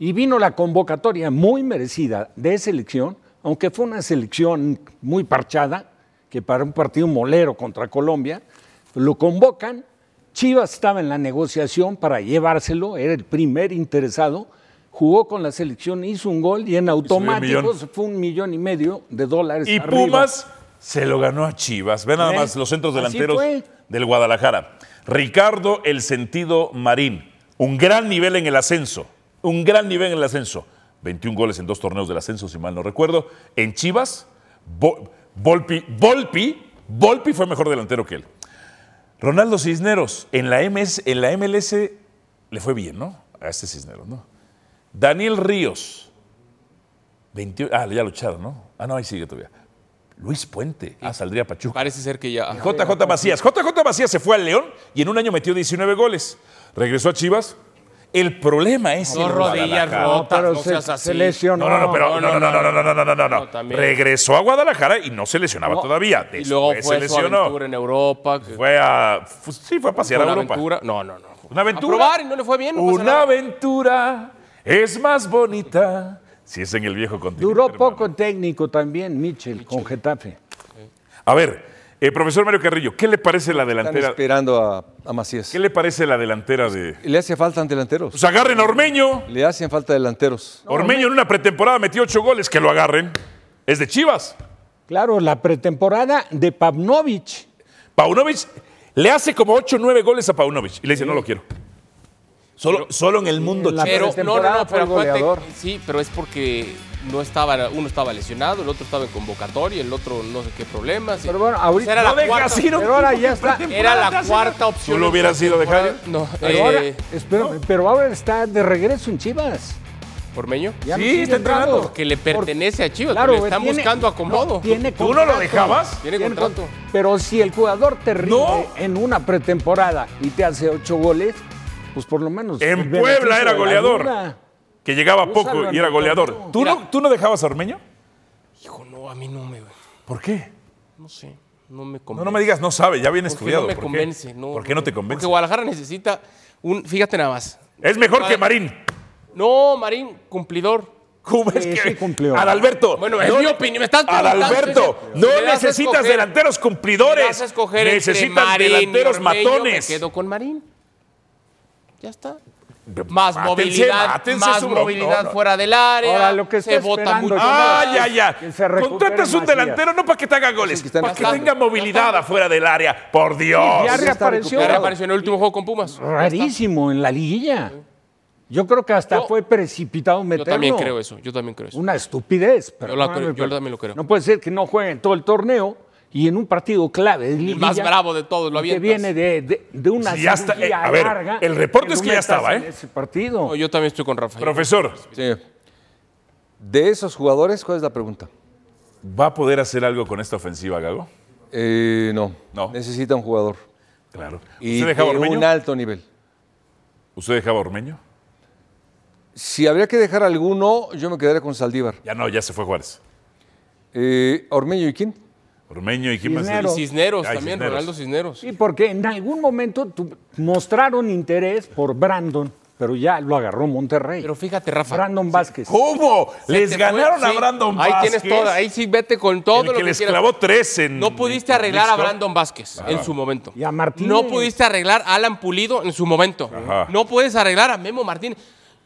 Speaker 3: Y vino la convocatoria muy merecida de selección, aunque fue una selección muy parchada, que para un partido molero contra Colombia, lo convocan. Chivas estaba en la negociación para llevárselo, era el primer interesado. Jugó con la selección, hizo un gol y en automático
Speaker 2: millón.
Speaker 3: se fue un millón y medio de dólares.
Speaker 2: Y
Speaker 3: arriba.
Speaker 2: Pumas se lo ganó a Chivas. Ve nada
Speaker 3: ¿Eh?
Speaker 2: más los centros
Speaker 3: Así
Speaker 2: delanteros
Speaker 3: fue.
Speaker 2: del Guadalajara. Ricardo El Sentido Marín. Un gran nivel en el ascenso. Un gran nivel en el ascenso. 21 goles en dos torneos del ascenso, si mal no recuerdo. En Chivas, Bo- Volpi, Volpi, Volpi fue mejor delantero que él. Ronaldo Cisneros, en la, MS, en la MLS le fue bien, ¿no? A este Cisneros, ¿no? Daniel Ríos, 21, ah, ya lo echaron, ¿no? Ah, no, ahí sigue todavía. Luis Puente, ah, saldría Pachuca.
Speaker 4: Parece ser que ya.
Speaker 2: JJ Macías. JJ Macías se fue al León y en un año metió 19 goles. Regresó a Chivas. El problema es.
Speaker 4: No
Speaker 2: el
Speaker 4: rodillas
Speaker 2: Guadalajara.
Speaker 3: No,
Speaker 4: rotas,
Speaker 3: pero
Speaker 4: no
Speaker 3: se,
Speaker 4: seas
Speaker 3: se
Speaker 4: así.
Speaker 3: lesionó.
Speaker 2: No, no, no, pero no, no, no, no, no, no, no, no, no, no.
Speaker 4: No, también.
Speaker 2: Regresó a Guadalajara y no se lesionaba todavía.
Speaker 4: Y luego
Speaker 2: Después
Speaker 4: fue
Speaker 2: se
Speaker 4: su
Speaker 2: lesionó.
Speaker 4: aventura en Europa. que
Speaker 2: Fue a. fu- Sí, fue a pasear
Speaker 4: fue
Speaker 2: a
Speaker 4: una
Speaker 2: Europa.
Speaker 4: aventura. No, no, no.
Speaker 2: Una aventura.
Speaker 4: A probar y no le fue bien. no pasa
Speaker 2: Una
Speaker 4: nada.
Speaker 2: aventura es más bonita. Si es en el viejo continente.
Speaker 3: Duró
Speaker 2: hermano.
Speaker 3: poco en técnico también, Mitchell, con Getafe.
Speaker 2: A ver, eh, profesor Mario Carrillo, ¿qué le parece la
Speaker 9: Están
Speaker 2: delantera?
Speaker 9: esperando a, a Macías.
Speaker 2: ¿Qué le parece la delantera de.?
Speaker 9: Le hace falta delanteros.
Speaker 2: Pues agarren a Ormeño.
Speaker 9: Le hacen falta delanteros.
Speaker 2: Ormeño en una pretemporada metió ocho goles, que lo agarren. Es de Chivas.
Speaker 3: Claro, la pretemporada de Pavnovich.
Speaker 2: Paunovic le hace como ocho o nueve goles a Paunovic. Y le dice, no lo quiero. Solo, solo en el mundo
Speaker 3: en la
Speaker 2: chino.
Speaker 4: Pero no, no,
Speaker 3: pretemporada
Speaker 4: no,
Speaker 3: fue
Speaker 4: pero acuérdate-
Speaker 3: goleador.
Speaker 4: Sí, pero es porque no estaba, uno estaba lesionado, el otro estaba en convocatoria, el otro no sé qué problemas.
Speaker 3: Pero bueno, ahorita-
Speaker 4: Era
Speaker 2: No
Speaker 4: la
Speaker 2: dejas
Speaker 4: cuarta,
Speaker 2: ir a un
Speaker 3: Pero ahora
Speaker 2: tipo
Speaker 3: ya
Speaker 2: que
Speaker 3: está-
Speaker 2: pretemporada
Speaker 4: era
Speaker 2: te
Speaker 4: la
Speaker 2: hace-
Speaker 4: cuarta opción.
Speaker 2: ¿Tú lo hubieras ido a dejar?
Speaker 4: No,
Speaker 3: Pero
Speaker 4: eh,
Speaker 3: ahora, espérame, pero ahora está de regreso en Chivas.
Speaker 4: Ormeño.
Speaker 3: Ya
Speaker 2: Sí,
Speaker 3: no sigue
Speaker 2: está entrenando.
Speaker 3: entrando.
Speaker 4: Que le pertenece a Chivas,
Speaker 3: Claro,
Speaker 4: pero le están
Speaker 3: tiene-
Speaker 4: buscando acomodo.
Speaker 3: no, tiene
Speaker 2: ¿Tú no lo
Speaker 3: contrato.
Speaker 2: dejabas?
Speaker 4: Tiene
Speaker 3: Tiene
Speaker 4: contrato.
Speaker 3: contrato. Pero si el jugador te rinde
Speaker 2: No.
Speaker 3: en una pretemporada y te hace ocho goles, pues por lo menos. el
Speaker 2: En Puebla
Speaker 3: beneficio
Speaker 2: era
Speaker 3: de la
Speaker 2: goleador.
Speaker 3: duda.
Speaker 2: Que llegaba
Speaker 3: Úsalo
Speaker 2: poco
Speaker 3: en
Speaker 2: y era
Speaker 3: el
Speaker 2: goleador.
Speaker 3: torneo.
Speaker 2: ¿Tú no, ¿Tú no dejabas a Ormeño?
Speaker 4: Hijo, no, a mí no me.
Speaker 2: ¿Por qué?
Speaker 4: No sé, no me
Speaker 2: No,
Speaker 4: convence.
Speaker 2: no me digas, no sabe, ya viene
Speaker 4: Porque
Speaker 2: estudiado.
Speaker 4: No me
Speaker 2: ¿Por qué?
Speaker 4: convence, no.
Speaker 2: ¿Por qué no te convence?
Speaker 4: Porque Guadalajara necesita un. Fíjate nada más. Ah,
Speaker 2: Es mejor que Marín.
Speaker 4: No, Marín, cumplidor.
Speaker 2: ¿Cómo es
Speaker 3: Sí,
Speaker 2: que-
Speaker 3: sí cumplió.
Speaker 2: Adalberto.
Speaker 4: Bueno, es mi opinión, me estás preguntando,
Speaker 2: Adalberto,
Speaker 4: sí, sí.
Speaker 2: no
Speaker 4: Me das a
Speaker 2: necesitas
Speaker 4: escoger.
Speaker 2: delanteros
Speaker 4: Me
Speaker 2: cumplidores.
Speaker 4: vas a escoger entre
Speaker 2: necesitas
Speaker 4: Marín y
Speaker 2: delanteros
Speaker 4: Ormeño,
Speaker 2: matones.
Speaker 4: Me quedo con Marín. Ya está.
Speaker 2: Pero
Speaker 4: Más
Speaker 2: mátense,
Speaker 4: movilidad,
Speaker 2: mátense
Speaker 4: más
Speaker 2: su- no,
Speaker 4: movilidad
Speaker 2: no, no.
Speaker 4: fuera del área.
Speaker 3: Ahora, lo que
Speaker 4: se
Speaker 3: está
Speaker 4: vota
Speaker 3: esperando
Speaker 4: mucho
Speaker 3: yo-
Speaker 2: Ah,
Speaker 4: más.
Speaker 2: ya, ya.
Speaker 3: Que se recupere
Speaker 2: Contratas un
Speaker 3: Macías.
Speaker 2: delantero no para que te haga goles,
Speaker 9: que está en
Speaker 2: para que
Speaker 4: bastante.
Speaker 2: tenga movilidad afuera del área. Por Dios.
Speaker 3: Ya
Speaker 9: está
Speaker 3: reapareció.
Speaker 4: Ya reapareció en el último juego con Pumas.
Speaker 3: Rarísimo en la liguilla. Yo creo que hasta
Speaker 4: Yo-
Speaker 3: fue precipitado
Speaker 4: Yo
Speaker 3: meterlo.
Speaker 4: también creo eso, yo también creo eso.
Speaker 3: Una estupidez.
Speaker 4: Yo la creo,
Speaker 3: perdóname,
Speaker 4: yo
Speaker 3: pero
Speaker 4: también lo creo.
Speaker 3: No puede ser que no jueguen todo el torneo y en un partido clave. de liguilla,
Speaker 4: más bravo de todos, lo
Speaker 3: Que
Speaker 4: avientas.
Speaker 3: viene de, de, de una
Speaker 2: Sí, ya está,
Speaker 3: cirugía
Speaker 2: eh, a ver,
Speaker 3: larga,
Speaker 2: el reporte es que ya
Speaker 3: metas
Speaker 2: estaba,
Speaker 3: en
Speaker 2: ¿eh?
Speaker 3: ese partido.
Speaker 4: No, yo también estoy con Rafael.
Speaker 2: Profesor,
Speaker 9: Sí. De esos jugadores, ¿cuál es la pregunta?
Speaker 2: ¿va a poder hacer algo con esta ofensiva, Gago?
Speaker 9: Eh, no.
Speaker 2: No.
Speaker 9: Necesita un jugador.
Speaker 2: Claro.
Speaker 9: Y
Speaker 2: ¿Usted dejaba
Speaker 9: de
Speaker 2: Ormeño?
Speaker 9: un alto nivel.
Speaker 2: ¿Usted dejaba a Ormeño?
Speaker 9: Si habría que dejar alguno, yo me quedaría con Saldívar.
Speaker 2: Ya no, ya se fue Juárez.
Speaker 9: Eh, Ormeño y quién?
Speaker 2: Ormeño y quién más.
Speaker 3: Cisneros.
Speaker 4: Y Cisneros
Speaker 2: Ay,
Speaker 4: también,
Speaker 2: Cisneros.
Speaker 4: Ronaldo Cisneros.
Speaker 3: Sí, porque en algún momento tu- mostraron interés por Brandon, pero ya lo agarró Monterrey.
Speaker 4: Pero fíjate, Rafa.
Speaker 3: Brandon Vázquez.
Speaker 2: ¿Cómo?
Speaker 4: se
Speaker 2: Les
Speaker 4: te
Speaker 2: ganaron a
Speaker 4: fue- pues. sí,
Speaker 2: Brandon
Speaker 4: Ahí
Speaker 2: Vázquez.
Speaker 4: tienes todo. Ahí sí vete con todo
Speaker 2: el
Speaker 4: lo
Speaker 2: que
Speaker 4: que
Speaker 2: les
Speaker 4: quieras.
Speaker 2: clavó tres en.
Speaker 4: No pudiste arreglar a
Speaker 2: Mixto.
Speaker 4: Brandon Vázquez en su momento.
Speaker 3: Y a Martínez.
Speaker 4: No pudiste arreglar a Alan Pulido en su momento.
Speaker 2: Ajá.
Speaker 4: No puedes arreglar a Memo Martínez.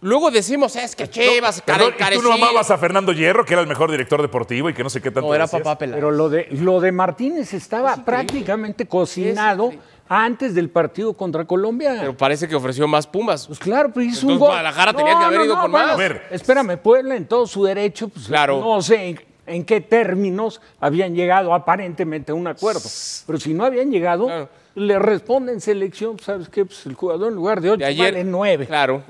Speaker 4: Luego decimos, es que Chivas,
Speaker 2: Perdón,
Speaker 4: Karen
Speaker 2: ¿y tú no amabas a Fernando Hierro, que era el mejor director deportivo y que no sé qué tanto.
Speaker 4: No, era
Speaker 2: decías?
Speaker 4: papá pelado.
Speaker 3: Pero lo de, lo de Martínez estaba prácticamente cocinado antes del partido contra Colombia.
Speaker 4: Pero parece que ofreció más Pumas.
Speaker 3: pues claro, pues hizo un
Speaker 4: Entonces,
Speaker 3: gol.
Speaker 4: Guadalajara tenía que haber ido con más.
Speaker 2: A ver.
Speaker 3: Espérame, Puebla en todo su derecho, pues
Speaker 4: Claro.
Speaker 3: no sé en, en qué términos habían llegado aparentemente a un acuerdo. Pero si no habían llegado,
Speaker 4: Claro.
Speaker 3: le responden selección, ¿sabes qué? Pues el jugador en lugar de ocho
Speaker 4: De ayer.
Speaker 3: vale nueve.
Speaker 4: Claro.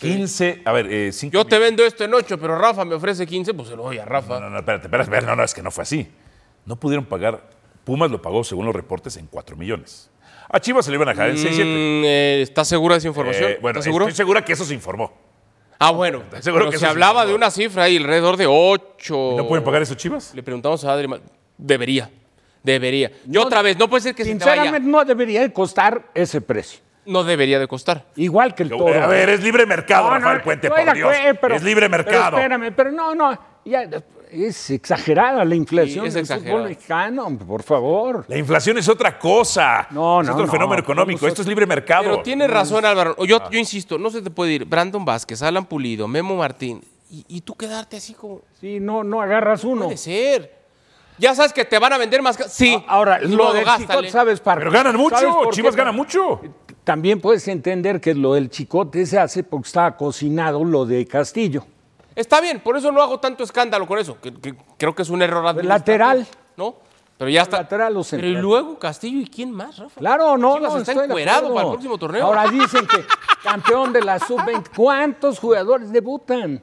Speaker 2: 15. A ver, eh, cinco
Speaker 4: Yo te vendo esto en 8, pero Rafa me ofrece 15, pues se lo doy a Rafa.
Speaker 2: No, no, espérate, espérate, espérate, no, no, es que no fue así. No pudieron pagar. Pumas lo pagó, según los reportes, en 4 millones. A Chivas se lo iban a dejar en 6, 7.
Speaker 4: Mm, eh, ¿Estás segura de esa información?
Speaker 2: bueno,
Speaker 4: ¿Estás seguro?
Speaker 2: estoy segura que eso se informó.
Speaker 4: Ah, bueno.
Speaker 2: seguro
Speaker 4: Pero
Speaker 2: que
Speaker 4: se
Speaker 2: eso es
Speaker 4: hablaba
Speaker 2: seguro.
Speaker 4: de una cifra ahí, alrededor de 8.
Speaker 2: ¿No pueden pagar eso Chivas?
Speaker 4: Le preguntamos a Adri. Ma- Debería. Debería. Yo otra vez, no puede ser que se te vaya.
Speaker 3: Sinceramente, no debería de costar ese precio.
Speaker 4: No debería de costar.
Speaker 3: Igual que el
Speaker 2: Yo- eh,
Speaker 3: toro.
Speaker 2: A ver, es libre mercado,
Speaker 3: No, no,
Speaker 2: Rafael Puente,
Speaker 3: estoy
Speaker 2: por
Speaker 3: de
Speaker 2: Dios.
Speaker 3: acuerdo, pero-
Speaker 2: es libre
Speaker 3: pero
Speaker 2: mercado.
Speaker 3: espérame, pero no, no. ya, es exagerada la inflación
Speaker 4: Sí, es
Speaker 3: del
Speaker 4: exagerada.
Speaker 3: fútbol mexicano, hombre, por favor.
Speaker 2: La inflación es otra cosa.
Speaker 3: No,
Speaker 2: Es
Speaker 3: no,
Speaker 2: otro
Speaker 3: no.
Speaker 2: fenómeno económico.
Speaker 3: Somos
Speaker 2: Esto es libre mercado. Ah.
Speaker 4: Pero tiene razón, Álvaro. Yo, yo insisto, no se te puede ir Brandon Vázquez, Alan Pulido, Memo Martín. Y, y tú quedarte así como.
Speaker 3: Sí, no, no agarras
Speaker 4: No
Speaker 3: uno.
Speaker 4: puede ser. Ya sabes que te van a vender más. ca- Sí.
Speaker 3: A- Ah, Ahora,
Speaker 4: Ni
Speaker 3: lo
Speaker 4: modo,
Speaker 3: del
Speaker 4: gástale.
Speaker 3: chicote, ¿sabes para
Speaker 2: Pero ganan mucho.
Speaker 3: ¿sabes por qué?
Speaker 2: Chivas gana mucho.
Speaker 3: También puedes entender que lo del chicote se hace porque estaba cocinado lo de Castillo.
Speaker 4: Está bien, por eso no hago tanto escándalo con eso. que- que creo que es un error administrativo,
Speaker 3: lateral.
Speaker 4: ¿No? Pero ya está.
Speaker 3: Lateral o
Speaker 4: Pero
Speaker 3: central.
Speaker 4: y luego Castillo y quién más, Rafa.
Speaker 3: Claro, no,
Speaker 4: Chivas
Speaker 3: no,
Speaker 4: está
Speaker 3: estoy de
Speaker 4: encuerado
Speaker 3: acuerdo.
Speaker 4: para el próximo torneo.
Speaker 3: Ahora dicen que campeón de la sub-20. ¿Cuántos jugadores debutan?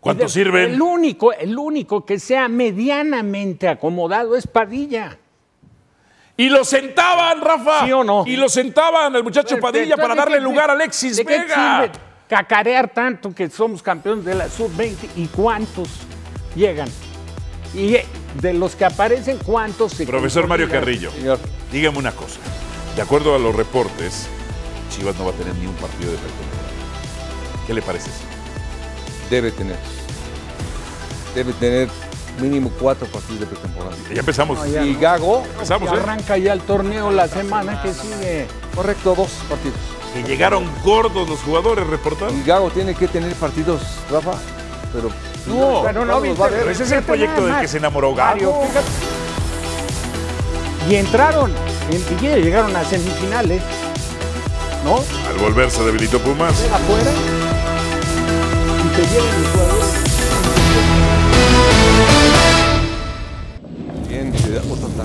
Speaker 2: ¿Cuántos
Speaker 3: Y de-
Speaker 2: sirven?
Speaker 3: El único, el único que sea medianamente acomodado es Padilla.
Speaker 2: Y lo sentaban, Rafa.
Speaker 3: ¿Sí o no?
Speaker 2: Y lo sentaban al muchacho Padilla para
Speaker 3: Eh, Entonces,
Speaker 2: darle
Speaker 3: ¿de qué-
Speaker 2: lugar a Alexis
Speaker 3: ¿de qué
Speaker 2: Vega.
Speaker 3: sirve cacarear tanto que somos campeones de la sub-20 y cuántos llegan? Y eh, de los que aparecen, ¿cuántos se
Speaker 2: Profesor Mario
Speaker 3: consolidan?
Speaker 2: Carrillo,
Speaker 9: Señor.
Speaker 2: dígame una cosa. De acuerdo a los reportes, Chivas no va a tener ni un partido de pretemporada. ¿Qué le parece?
Speaker 9: Debe tener. Debe tener mínimo cuatro partidos de pretemporada.
Speaker 2: Ya empezamos.
Speaker 9: Y Gago,
Speaker 2: Empezamos,
Speaker 3: Y
Speaker 2: ¿eh?
Speaker 3: arranca ya el torneo la semana que sigue.
Speaker 9: correcto, dos partidos.
Speaker 2: Que llegaron gordos los jugadores, reportaron.
Speaker 9: Y Gago tiene que tener partidos, Rafa, pero...
Speaker 2: No,
Speaker 3: pero no
Speaker 9: ¿cuándo los va a
Speaker 3: viste-
Speaker 9: ver?
Speaker 2: Pero ese es el
Speaker 3: fíjate
Speaker 2: proyecto
Speaker 3: nada
Speaker 2: del que
Speaker 3: más.
Speaker 2: se enamoró Gago.
Speaker 3: Mario, fíjate. Y entraron, en- y llegaron a semifinales, ¿no?
Speaker 2: Al volverse debilitó Pumas.
Speaker 3: Afuera. Y te llevan los jugadores.
Speaker 9: Bien, te damos tanta-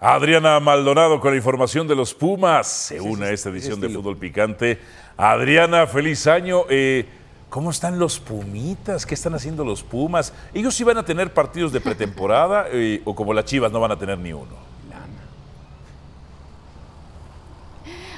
Speaker 2: Adriana Maldonado con la información de los Pumas. Se une a esta edición de Fútbol Picante. Adriana, feliz año. Eh, ¿Cómo están los Pumitas? ¿Qué están haciendo los Pumas? ¿Ellos sí van a tener partidos de pretemporada eh, o como las Chivas no van a tener ni uno?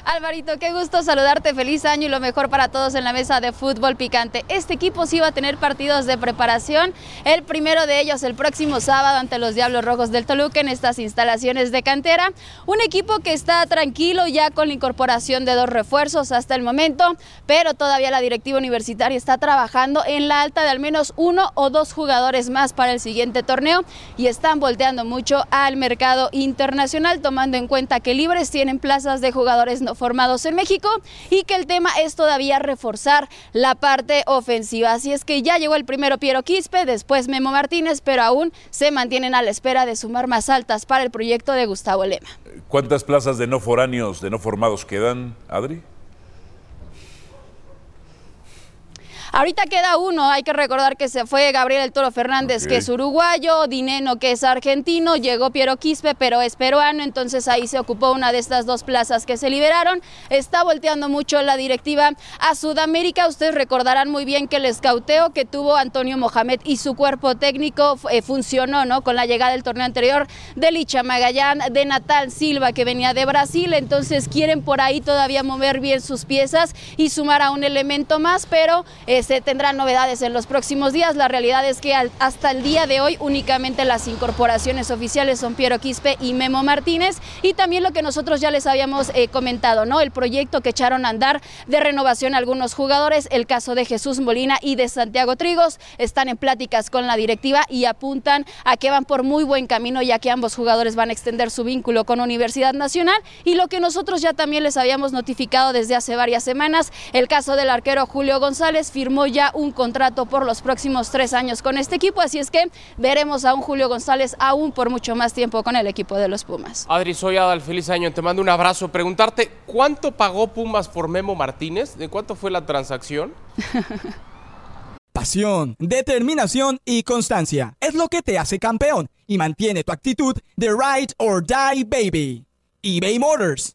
Speaker 10: Alvarito, qué gusto saludarte, feliz año y lo mejor para todos en la mesa de fútbol picante. Este equipo sí va a tener partidos de preparación, el primero de ellos el próximo sábado ante los Diablos Rojos del Toluca en estas instalaciones de cantera. Un equipo que está tranquilo ya con la incorporación de dos refuerzos hasta el momento, pero todavía la directiva universitaria está trabajando en la alta de al menos uno o dos jugadores más para el siguiente torneo y están volteando mucho al mercado internacional, tomando en cuenta que Libres tienen plazas de jugadores no formados en México y que el tema es todavía reforzar la parte ofensiva. Así es que ya llegó el primero Piero Quispe, después Memo Martínez, pero aún se mantienen a la espera de sumar más altas para el proyecto de Gustavo Lema.
Speaker 2: ¿Cuántas plazas de no foráneos, de no formados quedan, Adri?
Speaker 10: Ahorita queda uno, hay que recordar que se fue Gabriel El Toro Fernández, que es uruguayo, Dineno, que es argentino, llegó Piero Quispe, pero es peruano, entonces ahí se ocupó una de estas dos plazas que se liberaron. Está volteando mucho la directiva a Sudamérica. Ustedes recordarán muy bien que el escauteo que tuvo Antonio Mohamed y su cuerpo técnico eh, funcionó, ¿no? Con la llegada del torneo anterior de Licha Magallán, de Natal Silva, que venía de Brasil. Entonces quieren por ahí todavía mover bien sus piezas y sumar a un elemento más, pero eh, se tendrán novedades en los próximos días. La realidad es que al- hasta el día de hoy únicamente las incorporaciones oficiales son Piero Quispe y Memo Martínez. Y también lo que nosotros ya les habíamos eh, comentado, ¿no? El proyecto que echaron a andar de renovación a algunos jugadores, el caso de Jesús Molina y de Santiago Trigos, están en pláticas con la directiva y apuntan a que van por muy buen camino, ya que ambos jugadores van a extender su vínculo con Universidad Nacional. Y lo que nosotros ya también les habíamos notificado desde hace varias semanas, el caso del arquero Julio González firmó ya un contrato por los próximos tres años con este equipo, así es que veremos a un Julio González aún por mucho más tiempo con el equipo de los Pumas.
Speaker 4: Adri, soy Adal, feliz año, te mando un abrazo. Preguntarte, ¿cuánto pagó Pumas por Memo Martínez? ¿De cuánto fue la transacción?
Speaker 11: Pasión, determinación y constancia es lo que te hace campeón y mantiene tu actitud de ride or die baby. eBay Motors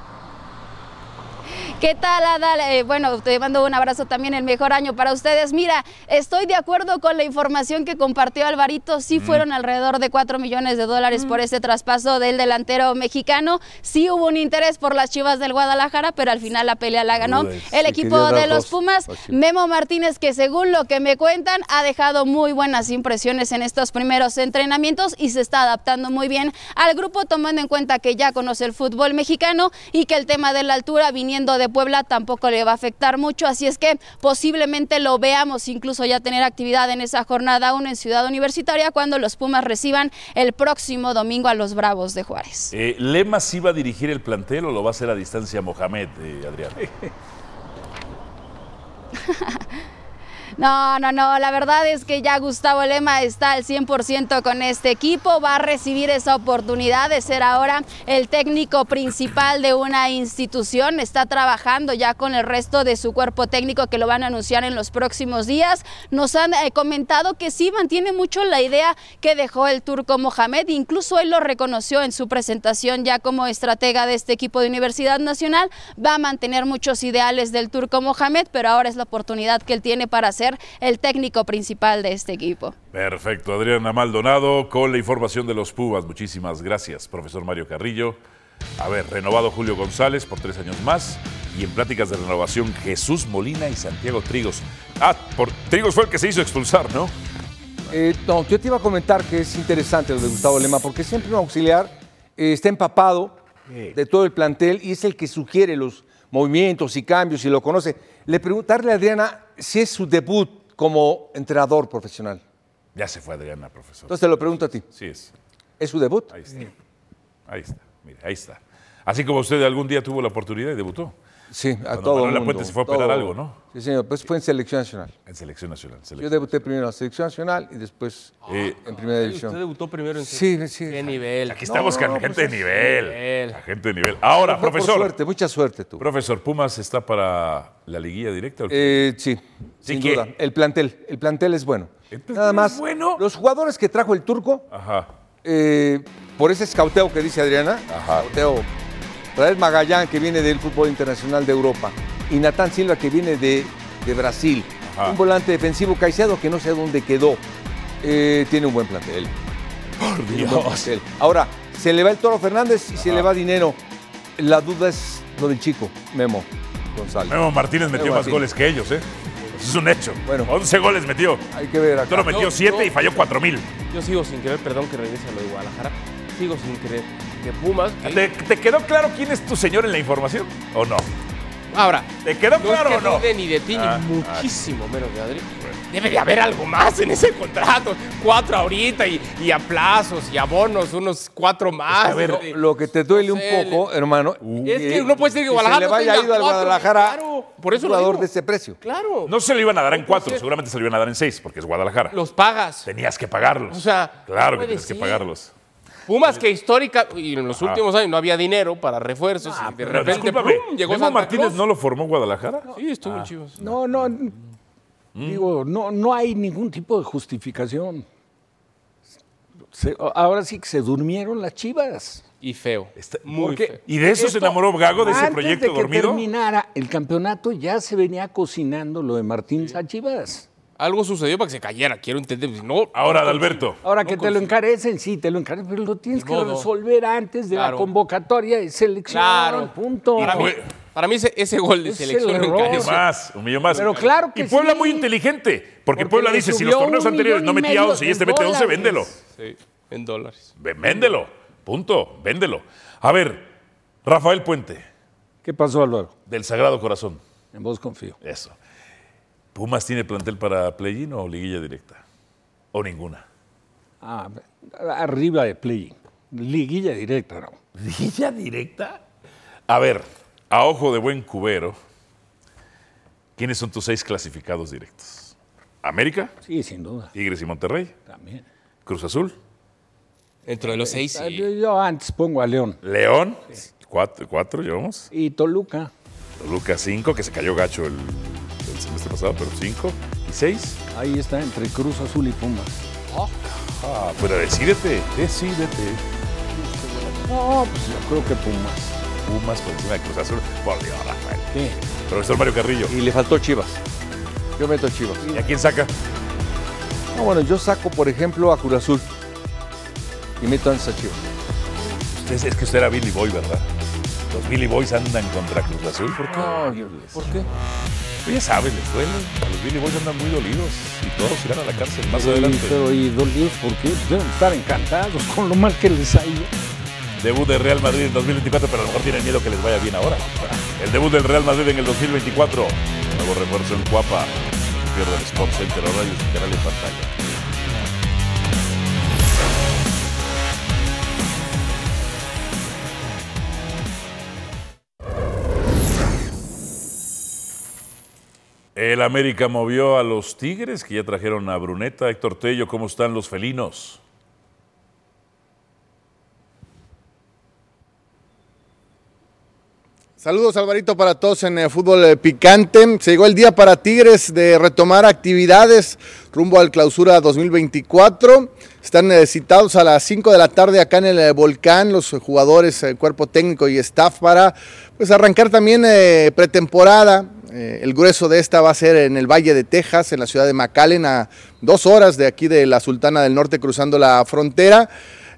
Speaker 10: ¿Qué tal, Adal? Eh, bueno, te mando un abrazo también, el mejor año para ustedes. Mira, estoy de acuerdo con la información que compartió Alvarito. Sí fueron alrededor de 4 millones de dólares por ese traspaso del delantero mexicano. Sí hubo un interés por las chivas del Guadalajara, pero al final la pelea la ganó
Speaker 12: Uy, sí,
Speaker 10: el equipo
Speaker 12: quería dar
Speaker 10: de los
Speaker 12: dos.
Speaker 10: Pumas.
Speaker 12: Las Chivas.
Speaker 10: Memo Martínez, que según lo que me cuentan, ha dejado muy buenas impresiones en estos primeros entrenamientos y se está adaptando muy bien al grupo, tomando en cuenta que ya conoce el fútbol mexicano y que el tema de la altura viniendo de Puebla tampoco le va a afectar mucho. Así es que posiblemente lo veamos incluso ya tener actividad en esa jornada 1 en Ciudad Universitaria cuando los Pumas reciban el próximo domingo a los Bravos de Juárez.
Speaker 2: Eh, ¿Lemas iba a dirigir el plantel o lo va a hacer a distancia Mohamed, eh, Adrián?
Speaker 10: No, no, no, la verdad es que ya Gustavo Lema está al 100% con este equipo, va a recibir esa oportunidad de ser ahora el técnico principal de una institución, está trabajando ya con el resto de su cuerpo técnico que lo van a anunciar en los próximos días. Nos han eh, comentado que sí mantiene mucho la idea que dejó el turco Mohamed, incluso él lo reconoció en su presentación ya como estratega de este equipo de Universidad Nacional, va a mantener muchos ideales del turco Mohamed, pero ahora es la oportunidad que él tiene para ser el técnico principal de este equipo.
Speaker 2: Perfecto, Adriana Maldonado con la información de los Pumas. Muchísimas gracias, profesor Mario Carrillo. A ver, renovado Julio González por tres años más y en pláticas de renovación Jesús Molina y Santiago Trigos. Ah, por Trigos fue el que se hizo expulsar, ¿no?
Speaker 9: Eh, no, yo te iba a comentar que es interesante lo de Gustavo Lema, porque siempre un auxiliar eh, está empapado de todo el plantel y es el que sugiere los movimientos y cambios y lo conoce. Le preguntarle a Adriana si es su debut como entrenador profesional.
Speaker 2: Ya se fue Adriana, profesor.
Speaker 9: Entonces te lo pregunto a ti.
Speaker 2: Sí es.
Speaker 9: ¿Es su debut?
Speaker 2: Ahí está. Ahí está, mire, ahí está. Así como usted algún día tuvo la oportunidad y debutó.
Speaker 9: Sí, a
Speaker 2: Cuando
Speaker 9: todo
Speaker 2: Manuel
Speaker 9: mundo,
Speaker 2: Lapuente se fue a operar
Speaker 9: todo.
Speaker 2: algo, ¿no?
Speaker 9: Sí, señor, pues fue en selección nacional.
Speaker 2: En selección nacional. Eh,
Speaker 9: Yo
Speaker 2: selección.
Speaker 9: debuté primero en la selección nacional y después en primera
Speaker 4: Ay,
Speaker 9: división.
Speaker 4: Usted debutó primero en
Speaker 9: Sí, sí.
Speaker 4: Qué nivel.
Speaker 2: Aquí estamos
Speaker 4: No, no,
Speaker 2: con
Speaker 4: no,
Speaker 2: gente
Speaker 4: pues
Speaker 2: de
Speaker 4: es-
Speaker 2: nivel.
Speaker 4: nivel.
Speaker 2: La gente de nivel. Ahora,
Speaker 9: Fue por
Speaker 2: profesor.
Speaker 9: suerte, mucha suerte tú.
Speaker 2: Profesor, ¿Pumas está para la liguilla directa? o qué?
Speaker 9: Eh, sí,
Speaker 2: ¿Sí
Speaker 9: sin
Speaker 2: qué?
Speaker 9: duda. El plantel, el plantel es bueno.
Speaker 2: plantel
Speaker 9: Nada
Speaker 2: es
Speaker 9: más, los jugadores que trajo el turco,
Speaker 2: Ajá.
Speaker 9: eh, por ese escauteo que dice Adriana, escauteo, traer Magallán que viene del fútbol internacional de Europa y Natán Silva que viene de, de Brasil, un volante defensivo Caicedo que no sé dónde quedó, eh, tiene un buen plantel. Por
Speaker 2: Dios.
Speaker 9: Ahora, se le va el Toro Fernández y se le va dinero. La duda es lo del chico, Memo. González.
Speaker 2: Memo Martínez metió
Speaker 9: Memo
Speaker 2: más
Speaker 9: Martínez.
Speaker 2: goles que ellos, ¿eh? Eso es un hecho. Bueno, 11 goles metió.
Speaker 9: Hay que ver acá.
Speaker 2: Toro metió
Speaker 4: No,
Speaker 2: 7
Speaker 4: no.
Speaker 2: y falló 4000.
Speaker 4: Yo sigo sin creer, perdón que regrese a lo de Guadalajara, sigo sin creer que Pumas... que-
Speaker 2: ¿Te, te quedó claro quién es tu señor en la información o no?
Speaker 4: Ahora,
Speaker 2: ¿Te quedó
Speaker 4: no
Speaker 2: claro
Speaker 4: es
Speaker 2: o
Speaker 4: que
Speaker 2: no?
Speaker 4: dude ni de ti,
Speaker 2: Ah,
Speaker 4: ni muchísimo menos de Adri. Debe de haber algo más en ese contrato. Cuatro ahorita y, y a plazos y a bonos, unos cuatro más.
Speaker 9: A ver,
Speaker 4: ¿no?
Speaker 9: Ah, lo que te duele un
Speaker 4: Se le-
Speaker 9: poco, hermano.
Speaker 4: Es
Speaker 2: eh,
Speaker 4: que no puede ser que Guadalajara
Speaker 9: se le
Speaker 4: no
Speaker 9: vaya
Speaker 4: tenga
Speaker 9: ido al
Speaker 4: cuatro,
Speaker 9: Guadalajara
Speaker 4: claro, por eso
Speaker 9: un
Speaker 4: lo
Speaker 9: jugador
Speaker 4: digo.
Speaker 9: de ese precio.
Speaker 4: Claro.
Speaker 2: No se lo iban a dar en cuatro,
Speaker 4: ser.
Speaker 2: seguramente se lo iban a dar en seis, porque es Guadalajara.
Speaker 4: Los pagas.
Speaker 2: Tenías que pagarlos.
Speaker 4: O sea,
Speaker 2: claro
Speaker 4: no
Speaker 2: que
Speaker 4: puede
Speaker 2: tienes que
Speaker 4: ser.
Speaker 2: pagarlos.
Speaker 4: Pumas que histórica y en los
Speaker 2: Ajá.
Speaker 4: últimos años no había dinero para refuerzos
Speaker 3: Ah,
Speaker 4: y de
Speaker 2: Pero
Speaker 4: repente
Speaker 2: discúlpame,
Speaker 4: ¡pum! llegó
Speaker 2: ¿Memo
Speaker 4: Santa
Speaker 2: Martínez
Speaker 4: Claus.
Speaker 2: no lo formó Guadalajara?
Speaker 4: Sí, estuvo
Speaker 2: Ah.
Speaker 4: en Chivas.
Speaker 3: No, no. n-
Speaker 2: Mm.
Speaker 3: Digo, no, no hay ningún tipo de justificación. Se- ahora sí que se durmieron las chivas.
Speaker 4: Y feo.
Speaker 2: Está-
Speaker 4: muy
Speaker 3: porque-
Speaker 4: feo.
Speaker 2: ¿Y de eso se
Speaker 3: Esto-
Speaker 2: enamoró Gago de ese
Speaker 3: Antes
Speaker 2: proyecto
Speaker 3: de que
Speaker 2: dormido?
Speaker 3: terminara el campeonato, ya se venía cocinando lo de Martín a Chivas.
Speaker 4: Algo sucedió para que se cayera, quiero entender. Si no,
Speaker 2: Ahora, Adalberto.
Speaker 3: Ahora que te lo encarecen, sí, te lo encarecen, pero lo tienes
Speaker 4: Ni
Speaker 3: que
Speaker 4: modo.
Speaker 3: resolver antes de
Speaker 4: Claro.
Speaker 3: la convocatoria de selección.
Speaker 4: Claro.
Speaker 3: Punto.
Speaker 2: Y
Speaker 4: para mí,
Speaker 2: fue-
Speaker 4: para mí ese, ese gol de
Speaker 3: Es el
Speaker 4: selección
Speaker 3: error.
Speaker 2: Un
Speaker 4: encareció.
Speaker 2: millón más, un millón más.
Speaker 3: Pero claro que
Speaker 2: Y Puebla
Speaker 3: sí.
Speaker 2: muy inteligente, porque,
Speaker 3: Porque
Speaker 2: Puebla
Speaker 3: le
Speaker 2: dice, si los
Speaker 3: subió
Speaker 2: torneos
Speaker 3: un
Speaker 2: anteriores no
Speaker 3: millón y
Speaker 2: metía
Speaker 3: medio
Speaker 2: 11 y este
Speaker 3: de
Speaker 2: mete 11,
Speaker 3: dólares.
Speaker 2: véndelo.
Speaker 4: Sí, en dólares.
Speaker 2: Ve- Véndelo, punto, véndelo. A ver, Rafael Puente,
Speaker 3: ¿Qué pasó, Álvaro?
Speaker 2: del Sagrado Corazón.
Speaker 3: En vos confío.
Speaker 2: Eso. ¿Pumas tiene plantel para play-in o liguilla directa? ¿O ninguna?
Speaker 3: Ah, arriba de play. Liguilla directa, ¿no?
Speaker 2: ¿Liguilla directa? A ver, a ojo de buen cubero, ¿quiénes son tus seis clasificados directos? ¿América?
Speaker 3: Sí, sin duda.
Speaker 2: Tigres y Monterrey,
Speaker 3: También.
Speaker 2: Cruz Azul,
Speaker 4: Dentro de los seis,
Speaker 3: Ah,
Speaker 4: sí.
Speaker 3: Yo, yo antes pongo a León
Speaker 2: León, cuatro, cuatro llevamos,
Speaker 3: y Toluca.
Speaker 2: Toluca 5, que se cayó gacho el, el semestre pasado, pero 5 y 6.
Speaker 3: Ahí está, entre Cruz Azul y Pumas.
Speaker 2: Ah, pero decídete, decídete.
Speaker 3: No, pues yo creo que Pumas.
Speaker 2: Pumas por encima de Cruz Azul. Por Dios, Rafael.
Speaker 3: ¿Qué?
Speaker 2: Profesor Mario Carrillo,
Speaker 9: Y le faltó Chivas. Yo meto a Chivas.
Speaker 2: ¿y a quién saca?
Speaker 9: No, bueno, yo saco, por ejemplo, a Cruz Azul. Y meto antes a Chivas.
Speaker 2: Usted- es que usted era Billy Boy, ¿verdad? Los Billy Boys andan contra Cruz Azul. ¿Por qué?
Speaker 4: ¿Por qué?
Speaker 2: Tú ya sabes, les duele. Los Billy Boys andan muy dolidos y todos irán a la cárcel más
Speaker 3: Pero,
Speaker 2: adelante.
Speaker 3: y- pero y dolidos porque deben estar encantados con lo mal que les ha ido.
Speaker 2: Debut del Real Madrid en 2024, pero a lo mejor tienen miedo que les vaya bien ahora. El debut del Real Madrid en el 2024. Nuevo refuerzo en Cuapa. Pierde el Sport Center ahora y su canal en pantalla. El América movió a los Tigres, que ya trajeron a Bruneta. Héctor Tello, ¿cómo están los felinos?
Speaker 12: Saludos Alvarito para todos en el fútbol eh, picante. Se llegó el día para Tigres de retomar actividades rumbo al clausura 2024. Están eh, citados a las 5 de la tarde acá en el eh, Volcán los eh, jugadores, eh, cuerpo técnico y staff para pues, arrancar también eh, pretemporada. Eh, el grueso de esta va a ser en el Valle de Texas, en la ciudad de McAllen, a dos horas de aquí de la Sultana del Norte cruzando la frontera.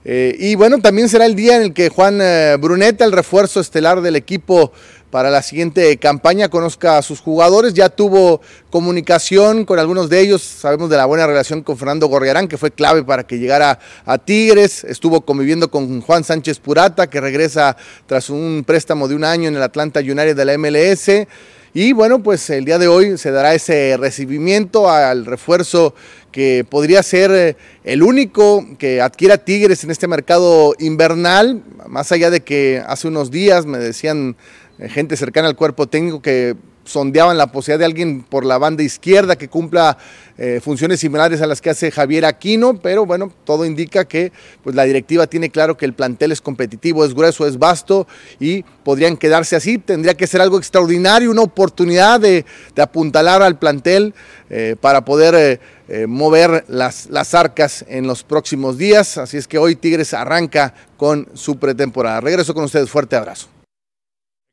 Speaker 12: Eh, y bueno, también será el día en el que Juan eh, Bruneta, el refuerzo estelar del equipo para la siguiente campaña, conozca a sus jugadores. Ya tuvo comunicación con algunos de ellos. Sabemos de la buena relación con Fernando Gorriarán, que fue clave para que llegara a Tigres. Estuvo conviviendo con Juan Sánchez Purata, que regresa tras un préstamo de un año en el Atlanta United de la MLS. Y bueno, pues el día de hoy se dará ese recibimiento al refuerzo que podría ser eh, el único que adquiera Tigres en este mercado invernal, más allá de que hace unos días me decían eh, gente cercana al cuerpo técnico que sondeaban la posibilidad de alguien por la banda izquierda que cumpla eh, funciones similares a las que hace Javier Aquino, pero bueno, todo indica que pues, la directiva tiene claro que el plantel es competitivo, es grueso, es vasto y podrían quedarse así. Tendría que ser algo extraordinario, una oportunidad de, de apuntalar al plantel eh, para poder eh, eh, mover las, las arcas en los próximos días. Así es que hoy Tigres arranca con su pretemporada. Regreso con ustedes, fuerte abrazo.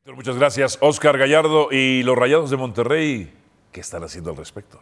Speaker 2: Héctor, muchas gracias. Oscar Gallardo y los Rayados de Monterrey, ¿qué están haciendo al respecto?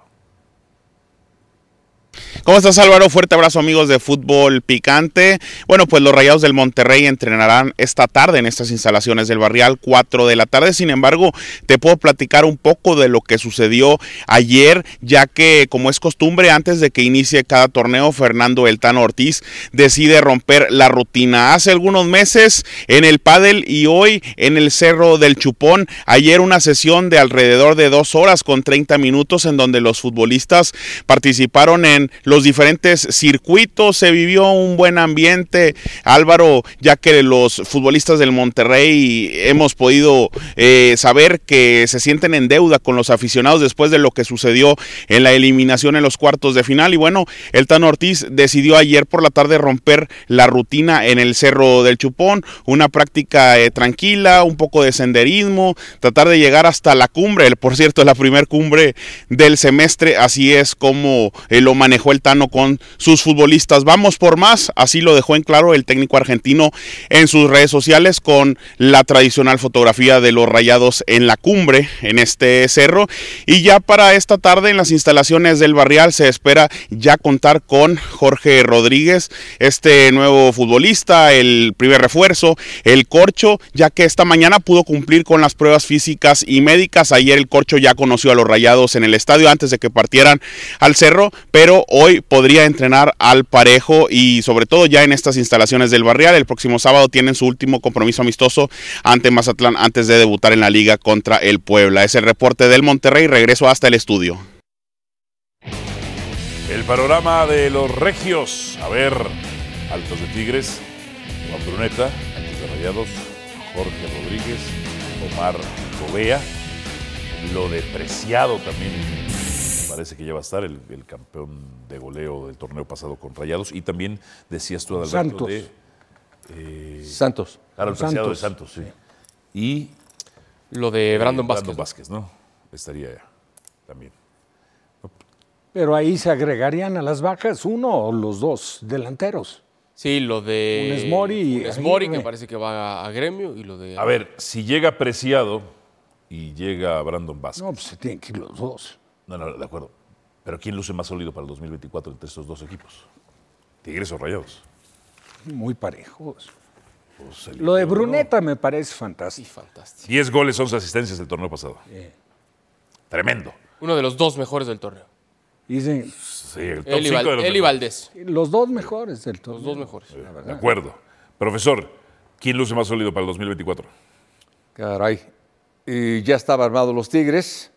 Speaker 13: ¿Cómo estás Álvaro? Fuerte abrazo amigos de Fútbol Picante. Bueno, pues los Rayados del Monterrey entrenarán esta tarde en estas instalaciones del Barrial, 4 de la tarde. Sin embargo, te puedo platicar un poco de lo que sucedió ayer, ya que como es costumbre, antes de que inicie cada torneo, Fernando El Tano Ortiz decide romper la rutina. Hace algunos meses en el pádel y hoy en el Cerro del Chupón, ayer una sesión de alrededor de dos horas con 30 minutos en donde los futbolistas participaron en los diferentes circuitos, se vivió un buen ambiente, Álvaro, ya que los futbolistas del Monterrey hemos podido eh, saber que se sienten en deuda con los aficionados después de lo que sucedió en la eliminación en los cuartos de final y bueno, el Tan Ortiz decidió ayer por la tarde romper la rutina en el Cerro del Chupón, una práctica eh, tranquila, un poco de senderismo, tratar de llegar hasta la cumbre, el- por cierto, es la primer cumbre del semestre, así es como eh, lo manejó el Tano con sus futbolistas. Vamos por más, así lo dejó en claro el técnico argentino en sus redes sociales con la tradicional fotografía de los rayados en la cumbre, en este cerro. Y ya para esta tarde en las instalaciones del barrial se espera ya contar con Jorge Rodríguez, este nuevo futbolista, el primer refuerzo, el corcho, ya que esta mañana pudo cumplir con las pruebas físicas y médicas. Ayer el corcho ya conoció a los rayados en el estadio antes de que partieran al cerro, pero hoy podría entrenar al parejo y sobre todo ya en estas instalaciones del barrial. El próximo sábado tienen su último compromiso amistoso ante Mazatlán antes de debutar en la liga contra el Puebla. Es el reporte del Monterrey. Regreso hasta el estudio.
Speaker 2: El panorama de los regios. A ver, Altos de Tigres, Juan Bruneta, Altos de Rayados, Jorge Rodríguez, Omar Covea. Lo depreciado también parece que ya va a estar el, el campeón de goleo del torneo pasado con Rayados. Y también decías tú,
Speaker 9: Santos.
Speaker 2: Adalberto, de... eh,
Speaker 9: Santos.
Speaker 2: Claro, el preciado de Santos, sí. Y
Speaker 4: lo de Brandon Vázquez.
Speaker 2: Brandon Vázquez, ¿no? Estaría también.
Speaker 3: Pero ahí se agregarían a las bajas uno o los dos delanteros.
Speaker 4: Sí, lo de.
Speaker 3: Funes Mori,
Speaker 4: Funes
Speaker 3: ahí,
Speaker 4: Mori, que
Speaker 3: güey.
Speaker 4: parece que va a, a gremio. Y lo de.
Speaker 2: A ver, si llega Preciado y llega Brandon Vázquez.
Speaker 3: No, pues se tienen que ir los dos.
Speaker 2: No, no, de acuerdo. Pero ¿quién luce más sólido para el 2024 entre estos dos equipos? ¿Tigres o Rayados?
Speaker 3: Muy parejos.
Speaker 2: Pues el-
Speaker 3: Lo de Bruneta me parece fantástico.
Speaker 4: fantástico.
Speaker 2: 10 goles, 11 asistencias del torneo pasado. Tremendo.
Speaker 4: Uno de los dos mejores del torneo.
Speaker 3: Dicen,
Speaker 2: Sí, el top
Speaker 4: Él y,
Speaker 2: cinco
Speaker 4: Val-
Speaker 2: de los
Speaker 4: él y
Speaker 2: mejores.
Speaker 4: Valdés.
Speaker 3: los dos mejores del
Speaker 4: Los
Speaker 3: torneo.
Speaker 4: dos mejores.
Speaker 3: Ah.
Speaker 2: De acuerdo. Profesor, ¿quién luce más sólido para el 2024?
Speaker 9: Caray. Y ya estaban armados los Tigres.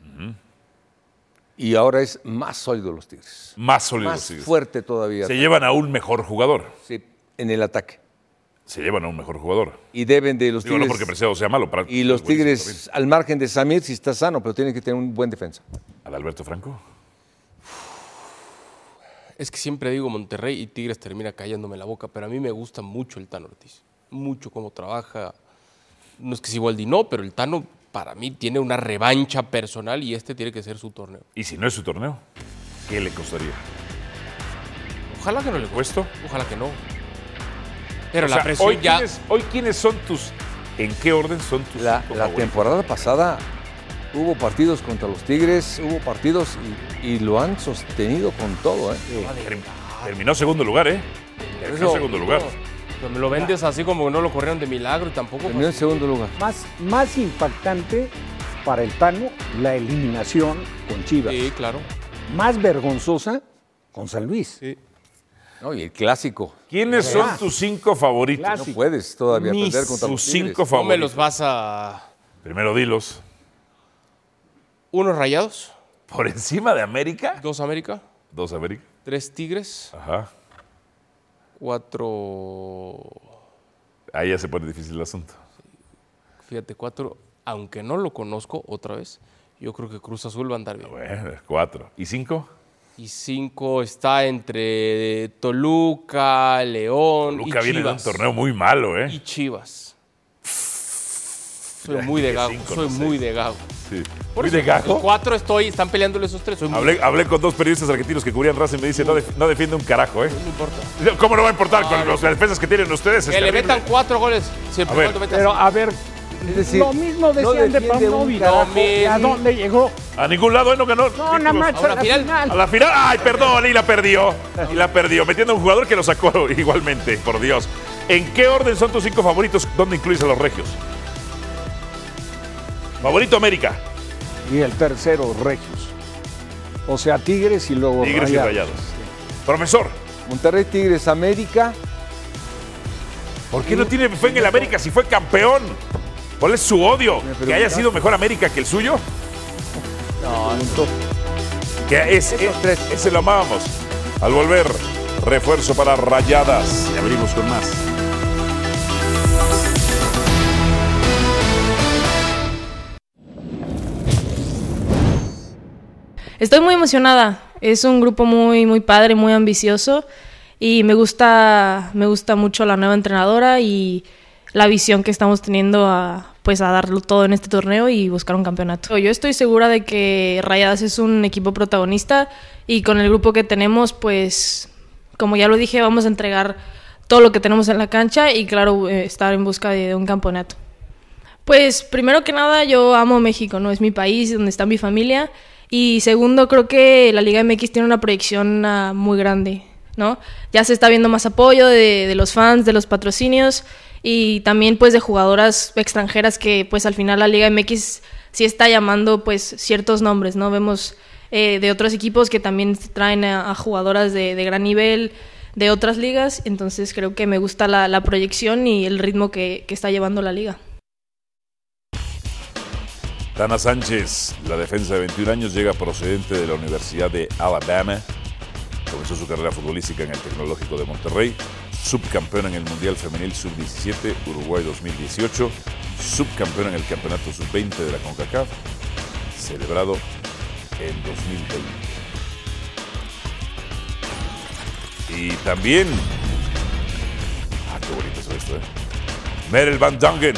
Speaker 9: Y ahora es más sólido los Tigres.
Speaker 2: Más sólido
Speaker 9: Más
Speaker 2: los Tigres.
Speaker 9: fuerte todavía.
Speaker 2: Se llevan a un mejor jugador.
Speaker 9: Sí, en el ataque.
Speaker 2: Se llevan a un mejor jugador.
Speaker 9: Y deben de los
Speaker 2: Digo, no
Speaker 9: Tigres.
Speaker 2: porque Preciado sea malo. Para
Speaker 9: y los
Speaker 2: es buenísimo
Speaker 9: Tigres, al margen de Samir, si está sano, pero tienen que tener un buen defensa.
Speaker 2: también. Adalberto Franco.
Speaker 4: Es que siempre digo Monterrey y Tigres termina callándome la boca, pero a mí me gusta mucho el Tano Ortiz. Mucho cómo trabaja. No es que sea igual de no, pero el Tano para mí tiene una revancha personal y este tiene que ser su torneo.
Speaker 2: Y si no es su torneo, ¿qué le costaría?
Speaker 4: Ojalá que no le cueste.
Speaker 2: ¿Puesto?
Speaker 4: Ojalá que no. Pero
Speaker 2: O
Speaker 4: la
Speaker 2: sea,
Speaker 4: presión
Speaker 2: hoy
Speaker 4: ya.
Speaker 2: quiénes- hoy quiénes son tus. ¿En qué orden son tus
Speaker 9: La,
Speaker 2: cinco
Speaker 9: la
Speaker 2: favoritos?
Speaker 9: temporada pasada hubo partidos contra los Tigres, hubo partidos y, y lo han sostenido con todo. ¿eh?
Speaker 2: Term- Terminó segundo lugar, ¿eh? Terminó
Speaker 4: Eso-
Speaker 2: segundo lugar.
Speaker 4: No, me lo vendes así como que no lo corrieron de milagro y tampoco.
Speaker 9: Terminó en segundo lugar.
Speaker 3: Más, más impactante para el Tano la eliminación con Chivas.
Speaker 4: Sí, claro.
Speaker 3: Más vergonzosa con San Luis.
Speaker 9: No, y el clásico.
Speaker 2: ¿Quiénes son tus cinco favoritos?
Speaker 9: No
Speaker 3: Clásico.
Speaker 9: puedes todavía
Speaker 2: Mis-
Speaker 9: perder contra los
Speaker 2: tus
Speaker 9: Tigres.
Speaker 2: cinco
Speaker 4: No me los
Speaker 2: favoritos.
Speaker 4: vas a.
Speaker 2: Primero dilos.
Speaker 4: Unos rayados,
Speaker 2: ¿Por encima de América?
Speaker 4: dos América,
Speaker 2: Dos América.
Speaker 4: tres Tigres,
Speaker 2: Ajá.
Speaker 4: cuatro.
Speaker 2: Ahí ya se pone difícil el asunto.
Speaker 4: Fíjate, cuatro. Aunque no lo conozco otra vez, yo creo que Cruz Azul va a andar bien.
Speaker 2: Bueno, Eh, cuatro. ¿Y cinco?
Speaker 4: Y cinco está entre Toluca, León
Speaker 2: Luca
Speaker 4: y
Speaker 2: viene de un
Speaker 4: Chivas.
Speaker 2: torneo muy malo,
Speaker 4: Y
Speaker 2: ¿eh?
Speaker 4: Chivas. Soy muy de gago,
Speaker 2: cinco,
Speaker 4: soy
Speaker 2: no sé.
Speaker 4: muy de gago.
Speaker 2: Sí.
Speaker 4: Por
Speaker 2: ¿Muy
Speaker 4: eso,
Speaker 2: de gajo?
Speaker 4: los Cuatro estoy, están peleándole esos tres. soy muy-
Speaker 2: Hablé, hablé con dos periodistas argentinos que cubrían raza y me dicen, no, def- no defiende un carajo, ¿eh?
Speaker 4: no importa.
Speaker 2: ¿Cómo no va a importar con los- las defensas que tienen ustedes? es
Speaker 4: Que le
Speaker 2: terrible.
Speaker 4: metan cuatro goles. Siempre
Speaker 2: A ver.
Speaker 4: y cuando metan
Speaker 3: Pero a ver,
Speaker 9: Es decir,
Speaker 3: lo mismo
Speaker 9: no
Speaker 3: decían de
Speaker 9: defiende un
Speaker 3: Pavlovich.
Speaker 9: carajo.
Speaker 3: ¿A dónde llegó?
Speaker 2: A ningún lado, ¿eh? no ganó. No,
Speaker 3: nada más, a la final.
Speaker 2: A la final. Ay, perdón, y la perdió. Y la perdió, metiendo a un jugador que lo sacó igualmente, por Dios. ¿En qué orden son tus cinco favoritos? ¿Dónde incluyes a los regios? Favorito América.
Speaker 3: Y el tercero, Regios. O sea, Tigres y luego
Speaker 2: Tigres y Rayados. Profesor.
Speaker 9: Monterrey Tigres América.
Speaker 2: ¿Por qué no tiene fe en el América si fue campeón? ¿Cuál es su odio? ¿Que haya sido mejor América que el suyo?
Speaker 9: No,
Speaker 2: Que es, es- ese lo amábamos. Al volver, refuerzo para rayadas. Y abrimos con más.
Speaker 14: Estoy muy emocionada. Es un grupo muy, muy padre, muy ambicioso y me gusta, me gusta mucho la nueva entrenadora y la visión que estamos teniendo a, pues, a darlo todo en este torneo y buscar un campeonato. Yo estoy segura de que Rayadas es un equipo protagonista y con el grupo que tenemos, pues, como ya lo dije, vamos a entregar todo lo que tenemos en la cancha y, claro, eh, estar en busca de- de un campeonato. Pues primero que nada yo amo México, ¿no? Es mi país, donde está mi familia. Y segundo, creo que la Liga MX tiene una proyección ah, muy grande, ¿no? Ya se está viendo más apoyo de, de los fans, de los patrocinios y también pues de jugadoras extranjeras que pues al final la Liga MX sí está llamando pues ciertos nombres, ¿no? Vemos eh, de otros equipos que también traen a, a jugadoras de, de gran nivel de otras ligas, entonces creo que me gusta la, la proyección y el ritmo que- que está llevando la liga.
Speaker 2: Tana Sánchez, la defensa de 21 años, llega procedente de la Universidad de Alabama. Comenzó su carrera futbolística en el Tecnológico de Monterrey, subcampeona en el Mundial Femenil Sub-17 Uruguay 2018, subcampeona en el Campeonato Sub-20 de la CONCACAF, celebrado en 2020. Y también... Ah, qué bonito es esto, ¿eh? Meryl Van Dungen,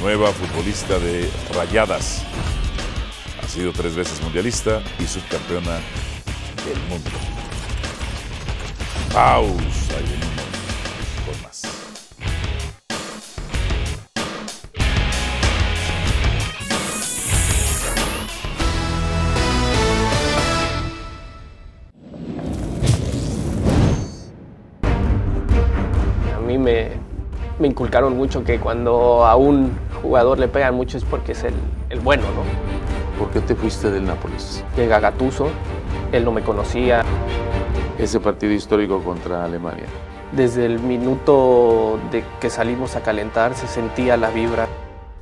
Speaker 2: nueva futbolista de Rayadas. Ha sido tres veces mundialista y subcampeona del mundo. Pausa y venimos con más.
Speaker 15: A mí me, me inculcaron mucho que cuando a un jugador le pegan mucho es porque es el, el bueno, ¿no? ¿Por qué te fuiste del Nápoles? Llega Gatuso, él no me conocía.
Speaker 16: Ese partido histórico contra Alemania.
Speaker 15: Desde el minuto de que salimos a calentar se sentía la vibra.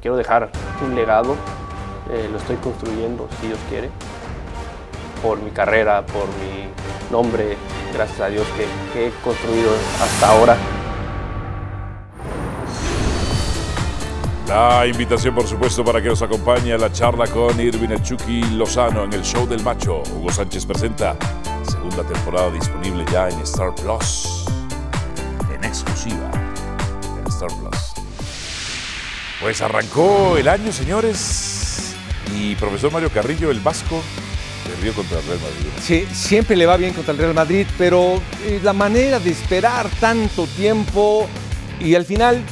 Speaker 15: Quiero dejar un legado, eh, lo estoy construyendo, si Dios quiere, por mi carrera, por mi nombre, gracias a Dios que, que he construido hasta ahora.
Speaker 2: La invitación, por supuesto, para que nos acompañe a la charla con Irvin El Chucky Lozano en el Show del Macho. Hugo Sánchez presenta segunda temporada disponible ya en Star Plus. En exclusiva en Star Plus. Pues arrancó el año, señores. Y profesor Mario Carrillo, el vasco, perdió contra el Real Madrid.
Speaker 9: Sí, siempre le va bien contra el Real Madrid, pero eh, la manera de esperar tanto tiempo y al final,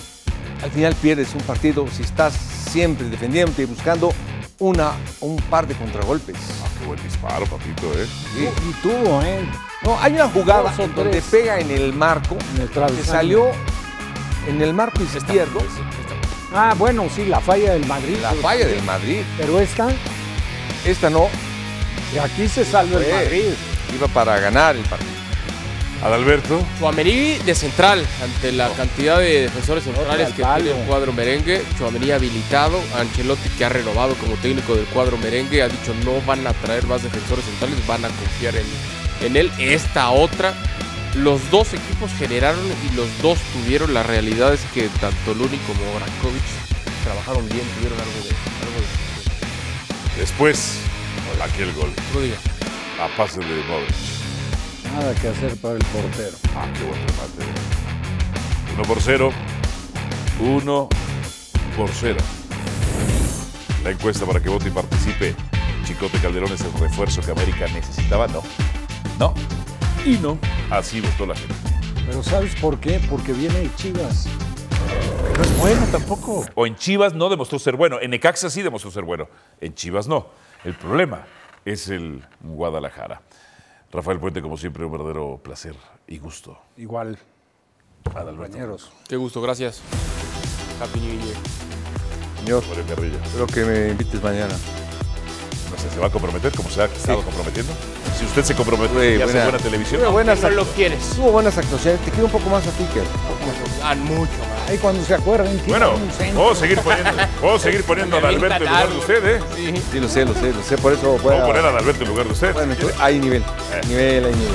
Speaker 9: al final pierdes un partido si estás siempre defendiéndote y buscando una, un par de contragolpes.
Speaker 2: Ah, qué buen disparo, papito, ¿eh?
Speaker 9: Y, tuvo, ¿eh? No, hay una jugada
Speaker 3: Dos o
Speaker 9: en donde
Speaker 3: tres.
Speaker 9: pega en el marco, en el que
Speaker 3: travesaño.
Speaker 9: salió en el marco izquierdo.
Speaker 3: Ah, bueno, sí, la falla del Madrid.
Speaker 9: La falla del Madrid.
Speaker 3: Pero esta,
Speaker 9: Esta no.
Speaker 3: Y aquí se salva el
Speaker 9: Fue-
Speaker 3: Madrid.
Speaker 9: Iba para ganar el partido.
Speaker 2: Adalberto.
Speaker 4: Chuamení de central, ante
Speaker 9: Oh.
Speaker 4: la cantidad de defensores centrales que tiene el cuadro merengue. Chuamení habilitado, Ancelotti que ha renovado como técnico del cuadro merengue, ha dicho no van a traer más defensores centrales, van a confiar en, en él. Esta otra, los dos equipos generaron y los dos tuvieron las realidades que tanto Luni como Brankovic trabajaron bien, tuvieron algo de... Algo de
Speaker 2: Después, hola, aquel gol. A pase de Modric.
Speaker 3: Nada que hacer para el portero.
Speaker 2: Ah, qué buen remate. 1 por 0. 1 por 0. La encuesta para que vote y participe. Chicote Calderón es el refuerzo que América necesitaba. No. No. Y no. Así votó la gente.
Speaker 3: Pero ¿sabes por qué? Porque viene de Chivas.
Speaker 2: No es bueno tampoco. O en Chivas no demostró ser bueno. En Necaxa sí demostró ser bueno. En Chivas no. El problema es el Guadalajara. Rafael Puente, como siempre, un verdadero placer y gusto.
Speaker 3: Igual.
Speaker 2: Compañeros.
Speaker 4: Qué gusto, gracias. Happy New Year.
Speaker 9: Señor.
Speaker 2: Carrillo.
Speaker 9: Espero que me invites mañana.
Speaker 2: No sé, ¿se va a comprometer como se ha estado comprometiendo? Si usted se compromete
Speaker 9: Güey,
Speaker 2: y hace
Speaker 9: buena-
Speaker 2: buena televisión.
Speaker 9: Tuve buenas
Speaker 2: Aunque
Speaker 9: act- Tuvo buenas actuaciones. Te quiero un poco más a ti, Ker.
Speaker 4: mucho más.
Speaker 9: Ahí cuando se acuerden.
Speaker 2: Ah, Bueno, puedo seguir poniendo, puedo seguir poniendo a Alberto en lugar de usted, ¿eh?
Speaker 9: Sí, lo sé, lo sé, lo sé. Por eso voy
Speaker 2: Puedo poner a Alberto en lugar de usted. Eh.
Speaker 9: Bueno, entonces, hay nivel. Nivel, hay nivel.